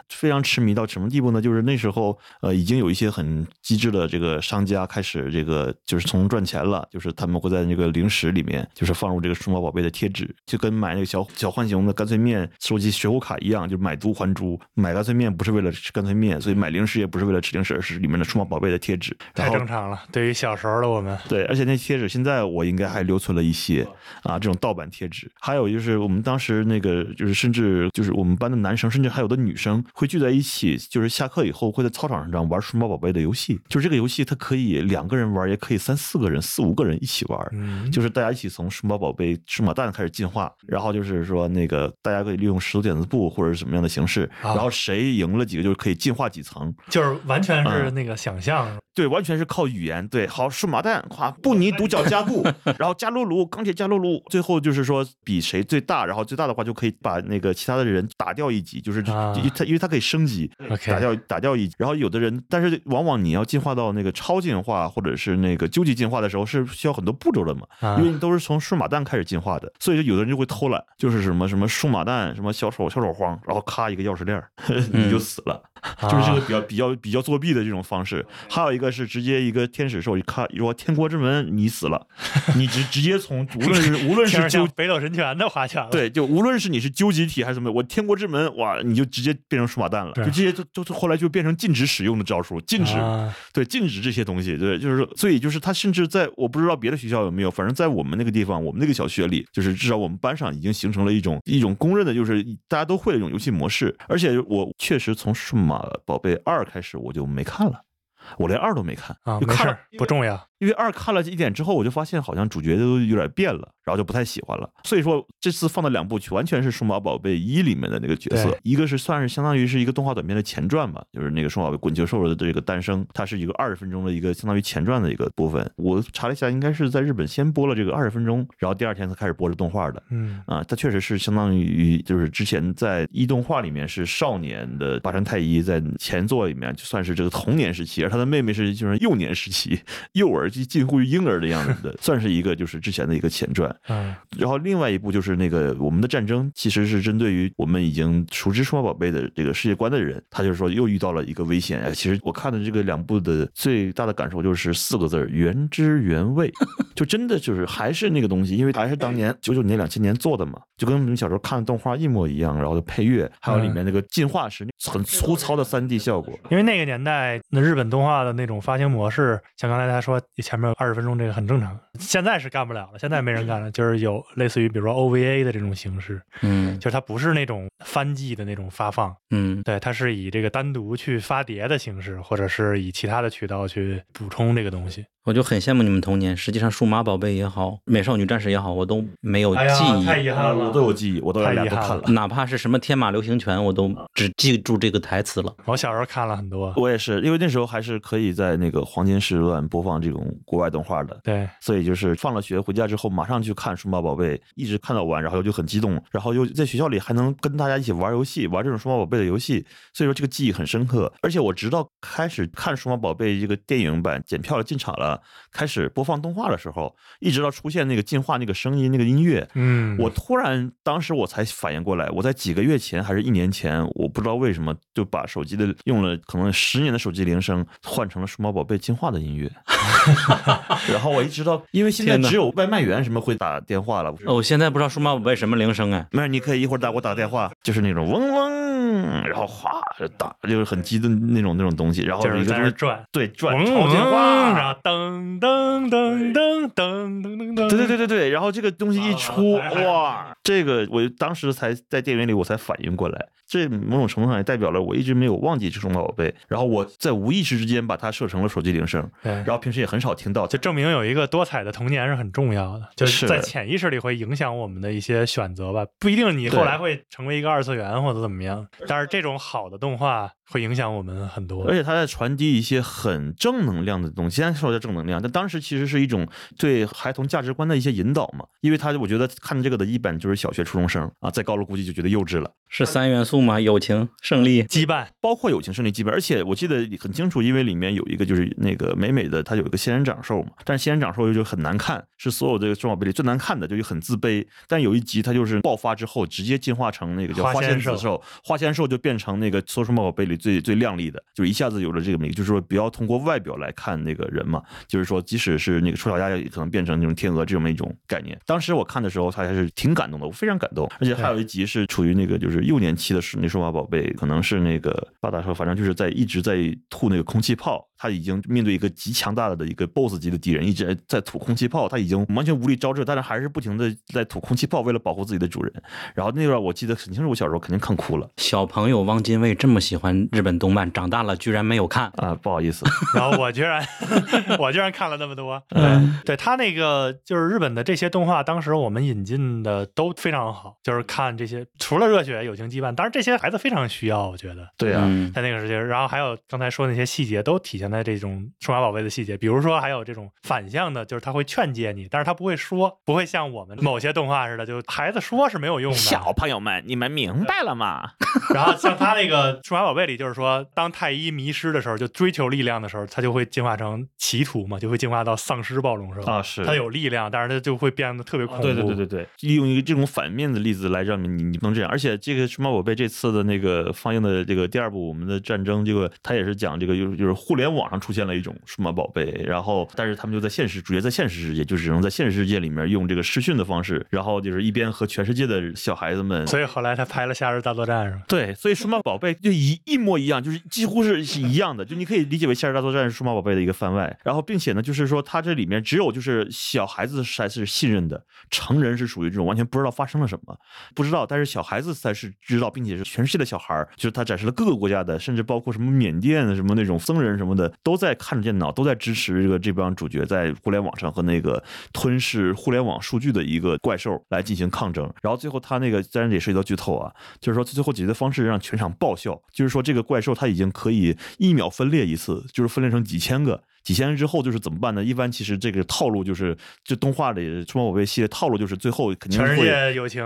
Speaker 6: 非常痴迷到什么地步呢？就是那时候，呃，已经有一些很机智的这个商家开始这个就是从赚钱了，就是他们会在那个零食里面就是放入这个数码宝贝的贴纸，就跟买那个小小浣熊的干脆面收集学务卡一样，就买椟还珠。买干脆面不是为了吃干脆面，所以买零食也不是为了吃零食，而是里面的数码宝贝的贴纸。然
Speaker 7: 太
Speaker 6: 后
Speaker 7: 正常了，对于小时候的我们，
Speaker 6: 对，而且那贴纸现在我应该还留存了一些啊，这种盗版贴纸。还有就是我们当时那个就是甚至就是我们班的男生，甚至还有的女生会聚在一起，就是下课以后会在操场上玩数码宝贝的游戏。就是这个游戏它可以两个人玩，也可以三四个人、四五个人一起玩。
Speaker 7: 嗯
Speaker 6: 就是大家一起从数码宝贝、数码蛋开始进化，然后就是说那个大家可以利用石头剪子布或者是什么样的形式，
Speaker 7: 啊
Speaker 6: 然后谁赢了几个就是可以进化几层。
Speaker 7: 就是完全是
Speaker 6: 嗯
Speaker 7: 那个想象，
Speaker 6: 对，完全是靠语言。对，好，数码蛋，夸布尼独角加固，然后加鲁鲁钢铁加鲁鲁，最后就是说比谁最大，然后最大的话就可以把那个其他的人打掉一级，就是
Speaker 7: 啊
Speaker 6: 因为它因为它可以升级
Speaker 7: OK
Speaker 6: 打掉打掉一级。然后有的人，但是往往你要进化到那个超进化或者是那个究极进化的时候，是需要很多步骤的嘛，
Speaker 7: 啊
Speaker 6: 因为你都是从数码蛋开始进化的，所以就有的人就会偷懒，就是什么什么数码蛋，什么小手小手慌，然后咔一个钥匙链儿， [LAUGHS] 你
Speaker 7: 嗯
Speaker 6: 就死了。就是这个比较比较比较作弊的这种方式。还有一个是直接一个天使兽，一看说天国之门你死了，你直直接从无论是无论
Speaker 7: 听
Speaker 6: 是
Speaker 7: 着
Speaker 6: 究
Speaker 7: 像北斗神拳的花拳了。
Speaker 6: 对，就无论是你是究极体还是什么，我天国之门哇，你就直接变成数码蛋了，
Speaker 7: 对
Speaker 6: 就这些就就是后来就变成禁止使用的招数，禁止、
Speaker 7: 啊
Speaker 6: 对禁止这些东西，对，就是所以就是他甚至在我不知道别的学校有没有，反正在我们那个地方，我们那个小学里，就是至少我们班上已经形成了一种一种公认的，就是大家都会的一种游戏模式。而且我确实从数码宝贝二开始我就没看了，我连二都没看
Speaker 7: 啊，
Speaker 6: 就
Speaker 7: 没事
Speaker 6: 看了
Speaker 7: 儿，不重要。
Speaker 6: 因为二看了一点之后，我就发现好像主角都有点变了，然后就不太喜欢了。所以说这次放的两部曲完全是《数码宝贝一》里面的那个角色
Speaker 7: 对，
Speaker 6: 一个是算是相当于是一个动画短片的前传吧，就是那个《数码宝贝滚球兽》的这个诞生，它是一个二十分钟的一个相当于前传的一个部分。我查了一下，应该是在日本先播了这个二十分钟，然后第二天才开始播这动画的。
Speaker 7: 嗯，
Speaker 6: 啊，它确实是相当于就是之前在一动画里面是少年的八山太一在前作里面就算是这个童年时期，而他的妹妹是就是幼年时期，幼儿就近乎于婴儿的样子的，算是一个就是之前的一个前传。
Speaker 7: [LAUGHS] 嗯
Speaker 6: 然后另外一部就是那个我们的战争，其实是针对于我们已经熟知数码宝贝的这个世界观的人，他就是说又遇到了一个危险。哎，其实我看的这个两部的最大的感受就是四个字儿：原汁原味。 [LAUGHS] 就真的就是还是那个东西，因为还是当年九九年、两千年做的嘛，就跟我们小时候看的动画一模一样。然后配乐，还有里面那个进化时很粗糙的三 D 效果，
Speaker 7: 因为那个年代，那日本动画的那种发行模式，像刚才他说前面二十分钟这个很正常，现在是干不了了，现在没人干了，就是有类似于比如说 OVA 的这种形式，
Speaker 5: 嗯
Speaker 7: 就是它不是那种翻季的那种发放，
Speaker 5: 嗯
Speaker 7: 对，它是以这个单独去发碟的形式，或者是以其他的渠道去补充这个东西。
Speaker 5: 我就很羡慕你们童年。实际上，数码宝贝也好，美少女战士也好，我都没有
Speaker 7: 哎呀
Speaker 5: 记忆。，
Speaker 7: 太遗憾
Speaker 6: 我
Speaker 7: 了
Speaker 6: 都。有记忆，我都
Speaker 7: 太
Speaker 6: 俩
Speaker 7: 遗
Speaker 6: 都
Speaker 7: 憾
Speaker 6: 看
Speaker 7: 了
Speaker 6: 了。
Speaker 5: 哪怕是什么天马流星拳，我都只记住这个台词了。
Speaker 7: 我小时候看了很多，
Speaker 6: 我也是，因为那时候还是可以在那个黄金时段播放这种国外动画的，
Speaker 7: 对，
Speaker 6: 所以就是放了学回家之后，马上去看《数码宝贝》，一直看到完，然后就很激动，然后又在学校里还能跟大家一起玩游戏，玩这种数码宝贝的游戏，所以说这个记忆很深刻。而且我直到开始看《数码宝贝》这个电影版检票了进场了，开始播放动画的时候，一直到出现那个进化那个声音那个音乐，
Speaker 7: 嗯，
Speaker 6: 我突然当时我才反应过来，我在几个月前还是一年前，我不知道为什么就把手机的用了可能十年的手机铃声换成了数码宝贝进化的
Speaker 7: [LAUGHS]
Speaker 6: 音乐，然后我一直到因为现在
Speaker 5: 天哪
Speaker 6: 只有外卖员什么会打电话了，
Speaker 5: 哦，我现在不知道数码宝贝什么铃声哎。
Speaker 6: 没事，你可以一会儿打给我打个电话，就是那种嗡嗡，然后哗就打，就是很激动那种那种东西，然后
Speaker 7: 就
Speaker 6: 一
Speaker 7: 是
Speaker 6: 个
Speaker 7: 在
Speaker 6: 东
Speaker 7: 那
Speaker 6: 西
Speaker 7: 转。
Speaker 6: 对转
Speaker 7: 嗡
Speaker 6: 朝
Speaker 7: 嗡，
Speaker 6: 电话，
Speaker 7: 然后噔噔噔噔噔噔噔噔，
Speaker 6: 对对对对对，然后这个东西一出，
Speaker 7: 啊还还
Speaker 6: 哇，这个我当时才在电影里我才反应过来，这某种程度上也代表了我一直没有忘记这种宝贝，然后我在无意识之间把它设成了手机铃声，
Speaker 7: 对，
Speaker 6: 然后平时也很少听到，
Speaker 7: 就
Speaker 6: 就
Speaker 7: 证明有一个多彩的童年是很重要的，就是
Speaker 6: 是
Speaker 7: 在潜意识里会影响我们的一些选择吧。不一定你后
Speaker 6: 对
Speaker 7: 来会成为一个二次元或者怎么样，但是这种好的动画会影响我们很多
Speaker 6: 而。且它在传递一些很正能量的东西。现在说叫正能量，但当时其实是一种对孩童价值观的一些引导嘛。因为他我觉得看这个的一般就是小学初中生啊，再高了估计就觉得幼稚了。
Speaker 5: 是三元素吗？友情、胜利。
Speaker 7: 羁绊，
Speaker 6: 包括友情胜利基本，而且我记得很清楚，因为里面有一个就是那个美美的，她有一个仙人掌兽嘛，但是仙人掌兽就很难看，是所有这个数码宝贝里最难看的，就是很自卑。但有一集它就是爆发之后，直接进化成那个叫
Speaker 7: 花
Speaker 6: 花
Speaker 7: 仙
Speaker 6: 仙
Speaker 7: 兽
Speaker 6: 子兽，花仙兽就变成那个所有数码宝贝里最最靓丽的，就一下子有了这个美，就是说不要通过外表来看那个人嘛，就是说即使是那个丑小鸭也可能变成那种天鹅这么一种概念。当时我看的时候，他还是挺感动的，我非常感动，而且还有。还有一集是处于那个就是幼年期的数那数码宝贝，可能是那个八大兽，反正就是在一直在吐那个空气泡，他已经面对一个极强大的一个 BOSS 级的敌人，一直在吐空气炮，他已经完全无力招致，但是还是不停的在吐空气炮，为了保护自己的主人。然后那段我记得很清楚，我小时候肯定看哭了
Speaker 5: 小朋友汪精卫这么喜欢日本动漫，长大了居然没有看。
Speaker 6: 啊，不好意思，
Speaker 7: 然后我居 [LAUGHS] 然我居然看了那么多。
Speaker 4: 嗯
Speaker 7: 对他那个就是日本的这些动画，当时我们引进的都非常好，就是看这些除了热血、友情、羁绊，当然这些孩子非常需要，我觉得。
Speaker 6: 对啊，
Speaker 5: 嗯
Speaker 7: 在那个时期，然后还有刚才说的那些细节都体现在这种数码宝贝的细节，比如说还有这种反向的，就是他会劝诫你，但是他不会说，不会像我们某些动画似的，就孩子说是没有用的。
Speaker 8: 小朋友们，你们明白了吗？
Speaker 7: 然后像他那个数码宝贝里，就是说，当太一迷失的时候，就追求力量的时候，他就会进化成歧途嘛，就会进化到丧尸暴龙兽
Speaker 6: 啊是
Speaker 7: 他有力量，但是他就会变得特别恐怖。
Speaker 6: 对对对对对，利用一个这种反面的例子来让你你不能这样。而且这个《数码宝贝》这次的那个放映的这个第二部《我们的战争》，这个它也是讲这个就是就是互联网上出现了一种数码宝贝，然后但是他们就在现实主角在现实世界，就只能在现实世界里面用这个视讯的方式，然后就是一边和全世界的小孩子们。
Speaker 7: 所以后来他拍了《夏日大作战》是吧？
Speaker 6: 对，所以数码宝贝就一一模一样，就是几乎是是一样的，就你可以理解为《夏日大作战》是数码宝贝的一个番外。然后，并且呢，就是说它这里面只有就是小孩子才是信任的，成人是属于这种完全不知道发生了什么，不知道，但是小孩子才是知道，并且是全世界的小孩儿，就是他展示了各个国家的，甚至包括什么缅甸什么那种僧人什么的，都在看着电脑，都在支持这个这帮主角在互联网上和那个吞噬互联网数据的一个怪兽来进行抗争。然后最后他那个当然也涉及到剧透啊，就是说最后解决的方式让全场爆笑，就是说这个怪兽它已经可以一秒分裂一次，就是分裂成几千个。几千人之后就是怎么办呢？一般其实这个套路就是，就动画里《数码宝贝》系列套路就是最后肯定
Speaker 7: 全
Speaker 6: 会
Speaker 7: 世界友情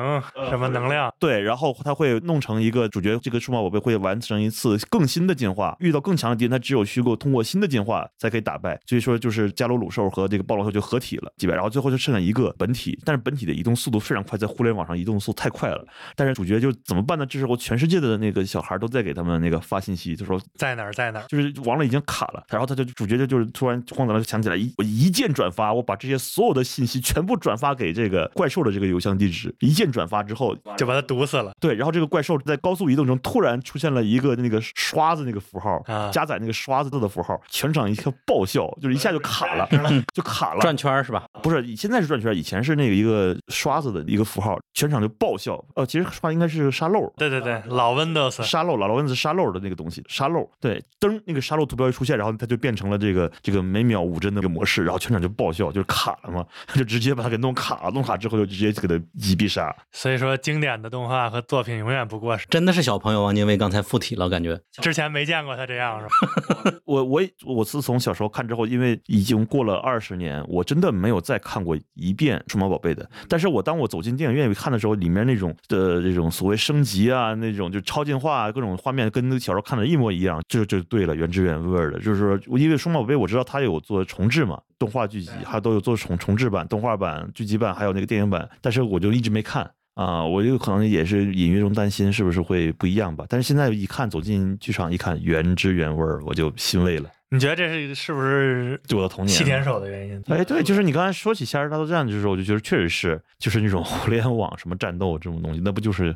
Speaker 7: 什么能量，
Speaker 6: 对，然后他会弄成一个主角，这个数码宝贝会完成一次更新的进化，遇到更强的敌人，他只有虚构通过新的进化才可以打败。所以说，就是加鲁鲁兽和这个暴龙兽就合体了，击败，然后最后就剩下一个本体，但是本体的移动速度非常快，在互联网上移动速度太快了。但是主角就怎么办呢？这时候全世界的那个小孩都在给他们那个发信息，就说
Speaker 7: 在哪儿在哪儿？
Speaker 6: 就是网络已经卡了，然后他就主角就就是突然慌张了，就想起来一我一键转发，我把这些所有的信息全部转发给这个怪兽的这个邮箱地址，一键转发之后，
Speaker 7: 就把他毒死了。
Speaker 6: 对，然后这个怪兽在高速移动中突然出现了一个那个刷子那个符号，
Speaker 7: 啊
Speaker 6: 加载那个刷子的符号，全场一个爆笑，就是一下就卡了，就卡了。
Speaker 5: 转圈儿是吧？
Speaker 6: 不是，现在是转圈，以前是那个一个刷子的一个符号，全场就爆笑。呃，其实刷应该是沙漏。
Speaker 7: 对对对，老
Speaker 6: [LAUGHS]
Speaker 7: Windows
Speaker 6: 沙漏，老罗恩是沙漏的那个东西，沙漏对，噔，那个沙漏图标一出现，然后它就变成了这个这个每秒五帧的这个模式，然后全场就爆笑，就是卡了嘛， [LAUGHS] 就直接把它给弄卡了，弄卡之后就直接给它一必杀。
Speaker 7: 所以说，经典的动画和作品永远不过时。
Speaker 5: 真的是小朋友汪精卫刚才附体了，感觉。
Speaker 7: 之前没见过他这样是吧？ [LAUGHS]
Speaker 6: 我我也我自从小时候看之后，因为已经过了二十年，我真的没有再看过一遍《数码宝贝》的。但是我当我走进电影院一看的时候，里面那种的这种所谓升级啊，那种就超进化、啊、各种画面，跟小时候看的一模一样，这就对了，原汁原味儿的。就是说，因为《数码宝贝》我知道它有做重置嘛，动画剧集，还有都有做重重置版、动画版、剧集版，还有那个电影版，但是我就一直没看。啊，我就可能也是隐约中担心是不是会不一样吧，但是现在一看走进剧场一看原汁原味儿，我就欣慰了，
Speaker 7: 你觉得这是是不是
Speaker 6: 对我的童年。
Speaker 7: 西点手的原因？
Speaker 6: 哎，对，就是你刚才说起《夏日大作战》的时候，我就觉得确实是，就是那种 [LAUGHS] 互联网什么战斗这种东西，那不就是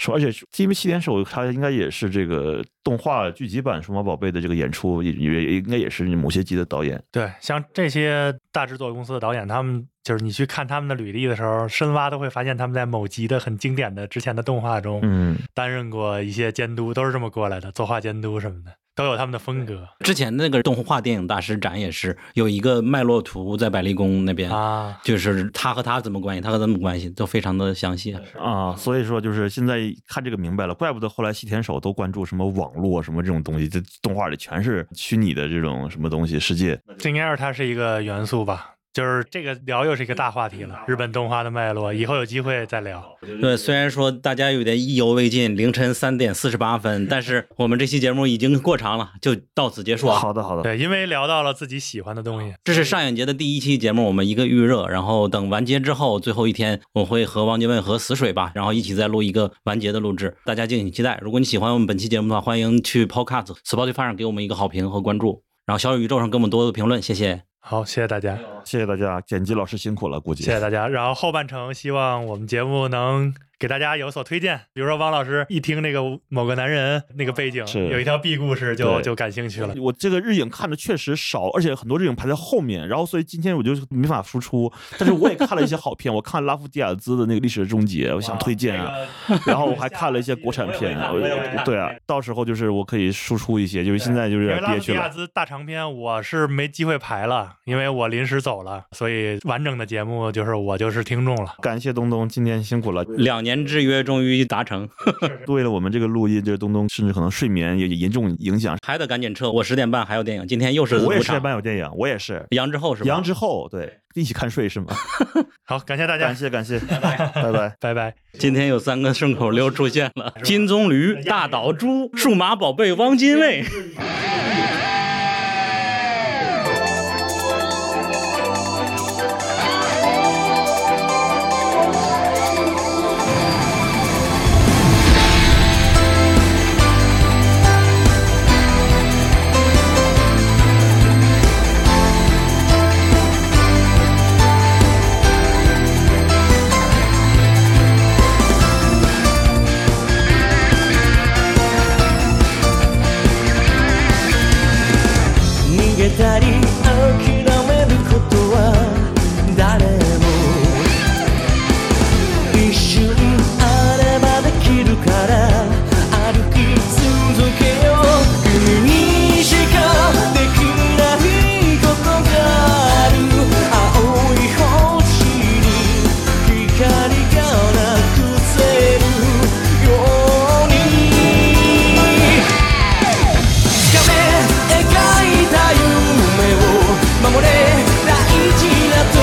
Speaker 6: 说，而且是因为七点手它应该也是这个动画剧集版《数码宝贝》的这个演出，也也也应该也是某些集的导演。
Speaker 7: 对，像这些大制作公司的导演，他们就是你去看他们的履历的时候，深挖都会发现他们在某集的很经典的之前的动画中
Speaker 6: 嗯，
Speaker 7: 担任过一些监督，都是这么过来的，作画监督什么的，都有他们的风格
Speaker 5: 之前那个动画电影大师展也是有一个脉络图在百丽宫那边，
Speaker 7: 啊。
Speaker 5: 就是他和他怎么关系，他和他怎么关系都非常的详细。
Speaker 6: 啊，所以说就是现在看这个明白了，怪不得后来西田守都关注什么网络什么这种东西，这动画里全是虚拟的这种什么东西世界。
Speaker 7: 这应该是它是一个元素吧。就是这个聊又是一个大话题了，日本动画的脉络，以后有机会再聊。
Speaker 5: 对，虽然说大家有点意犹未尽，凌晨三点四十八分，但是我们这期节目已经过长了，就到此结束啊。
Speaker 6: 好的，好的。
Speaker 7: 对，因为聊到了自己喜欢的东西，
Speaker 5: 这是上影节的第一期节目，我们一个预热，然后等完结之后，最后一天我会和汪精卫和死水吧，然后一起再录一个完结的录制，大家敬请期待。如果你喜欢我们本期节目的话，欢迎去 Podcast、Spotify 上给我们一个好评和关注，然后小宇宙上给我们多多评论，谢谢。
Speaker 7: 好，谢谢大家，
Speaker 6: 谢谢大家，剪辑老师辛苦了，估计
Speaker 7: 谢谢大家。然后后半程希望我们节目能给大家有所推荐。比如说汪老师一听那个某个男人那个背景
Speaker 6: 是
Speaker 7: 有一条 B 故事就
Speaker 6: 对
Speaker 7: 就感兴趣了。
Speaker 6: 我这个日影看的确实少，而且很多日影排在后面，然后所以今天我就没法输出。但是我也看了一些好片，我看拉夫迪亚兹的那个《历史的终结》，我想推荐啊。然后我还看了一些国产片，我对啊，到时候就是我可以输出一些，就是现在就是
Speaker 7: 因
Speaker 6: 有
Speaker 7: 为
Speaker 6: 点
Speaker 7: 拉
Speaker 6: 憋
Speaker 7: 夫迪
Speaker 6: 屈
Speaker 7: 亚
Speaker 6: 了。
Speaker 7: 兹大长篇我是没机会排了，因为我临时走了，所以完整的节目就是我就是听众了。
Speaker 6: 感谢东东，今天辛苦了。
Speaker 5: 两年之约终于达成， [LAUGHS]
Speaker 6: 为了我们这个录音，这个东东甚至可能睡眠也严重影响。
Speaker 5: 还得赶紧撤。我十点半还有电影，今天又是
Speaker 6: 我也
Speaker 5: 五
Speaker 6: 是
Speaker 5: 场。
Speaker 6: 班有电影，我也是。
Speaker 5: 杨之后是吧？
Speaker 6: 杨之后，对，一起看睡是吗？ [LAUGHS]
Speaker 7: 好，感谢大家
Speaker 6: 感，谢感谢，拜拜。
Speaker 7: 拜拜。
Speaker 5: 今天有三个顺口溜出现了：金棕榈、大岛猪、数码宝贝、汪精卫。
Speaker 9: 逃げたり諦めることは誰も一瞬あればできるから歩き続けよう君にしかできないことがある青い星に光がなくせるようにつかめ描いた夢を守れ大事な友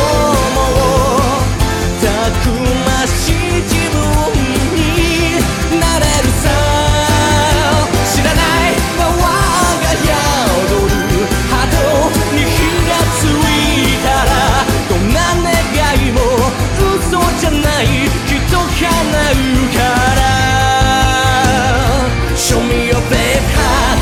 Speaker 9: をたくましい自分になれるさ知らない泡が宿る波動に火がついたらどんな願いも嘘じゃないきっと叶うから Show me your big heart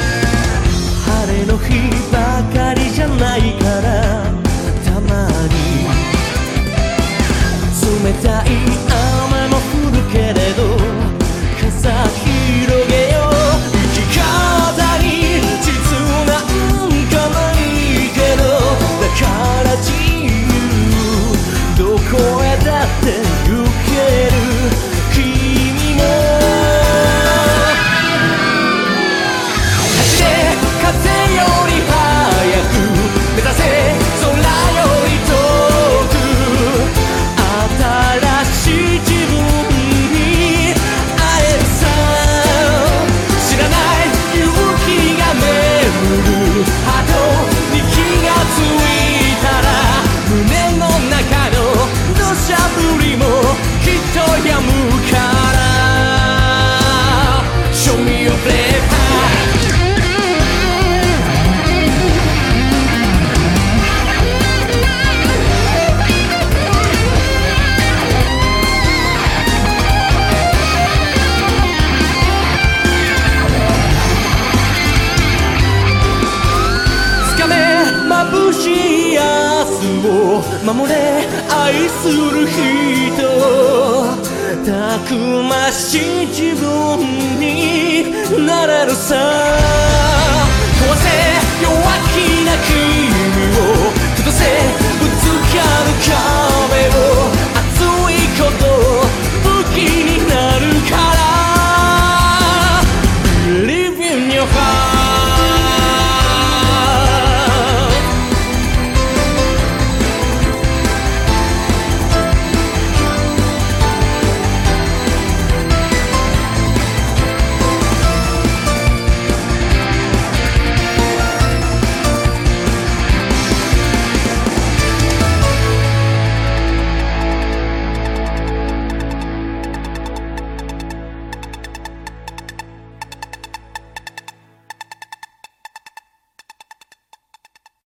Speaker 9: 晴れの日ばかりじゃないからたまに冷たい雨も降るけれど傘広げよう生き方に地図なんかないけどだから自由どこへだって行ける君も走れ風より速く目指せ空より遠く新しい自分に会えるさ知らない勇気が眠る波動に気がついたら胸の中の土砂降りもきっと止むから Show me your brave heart つかめ眩しい明日を守れ愛する人たくましい自分になれるさ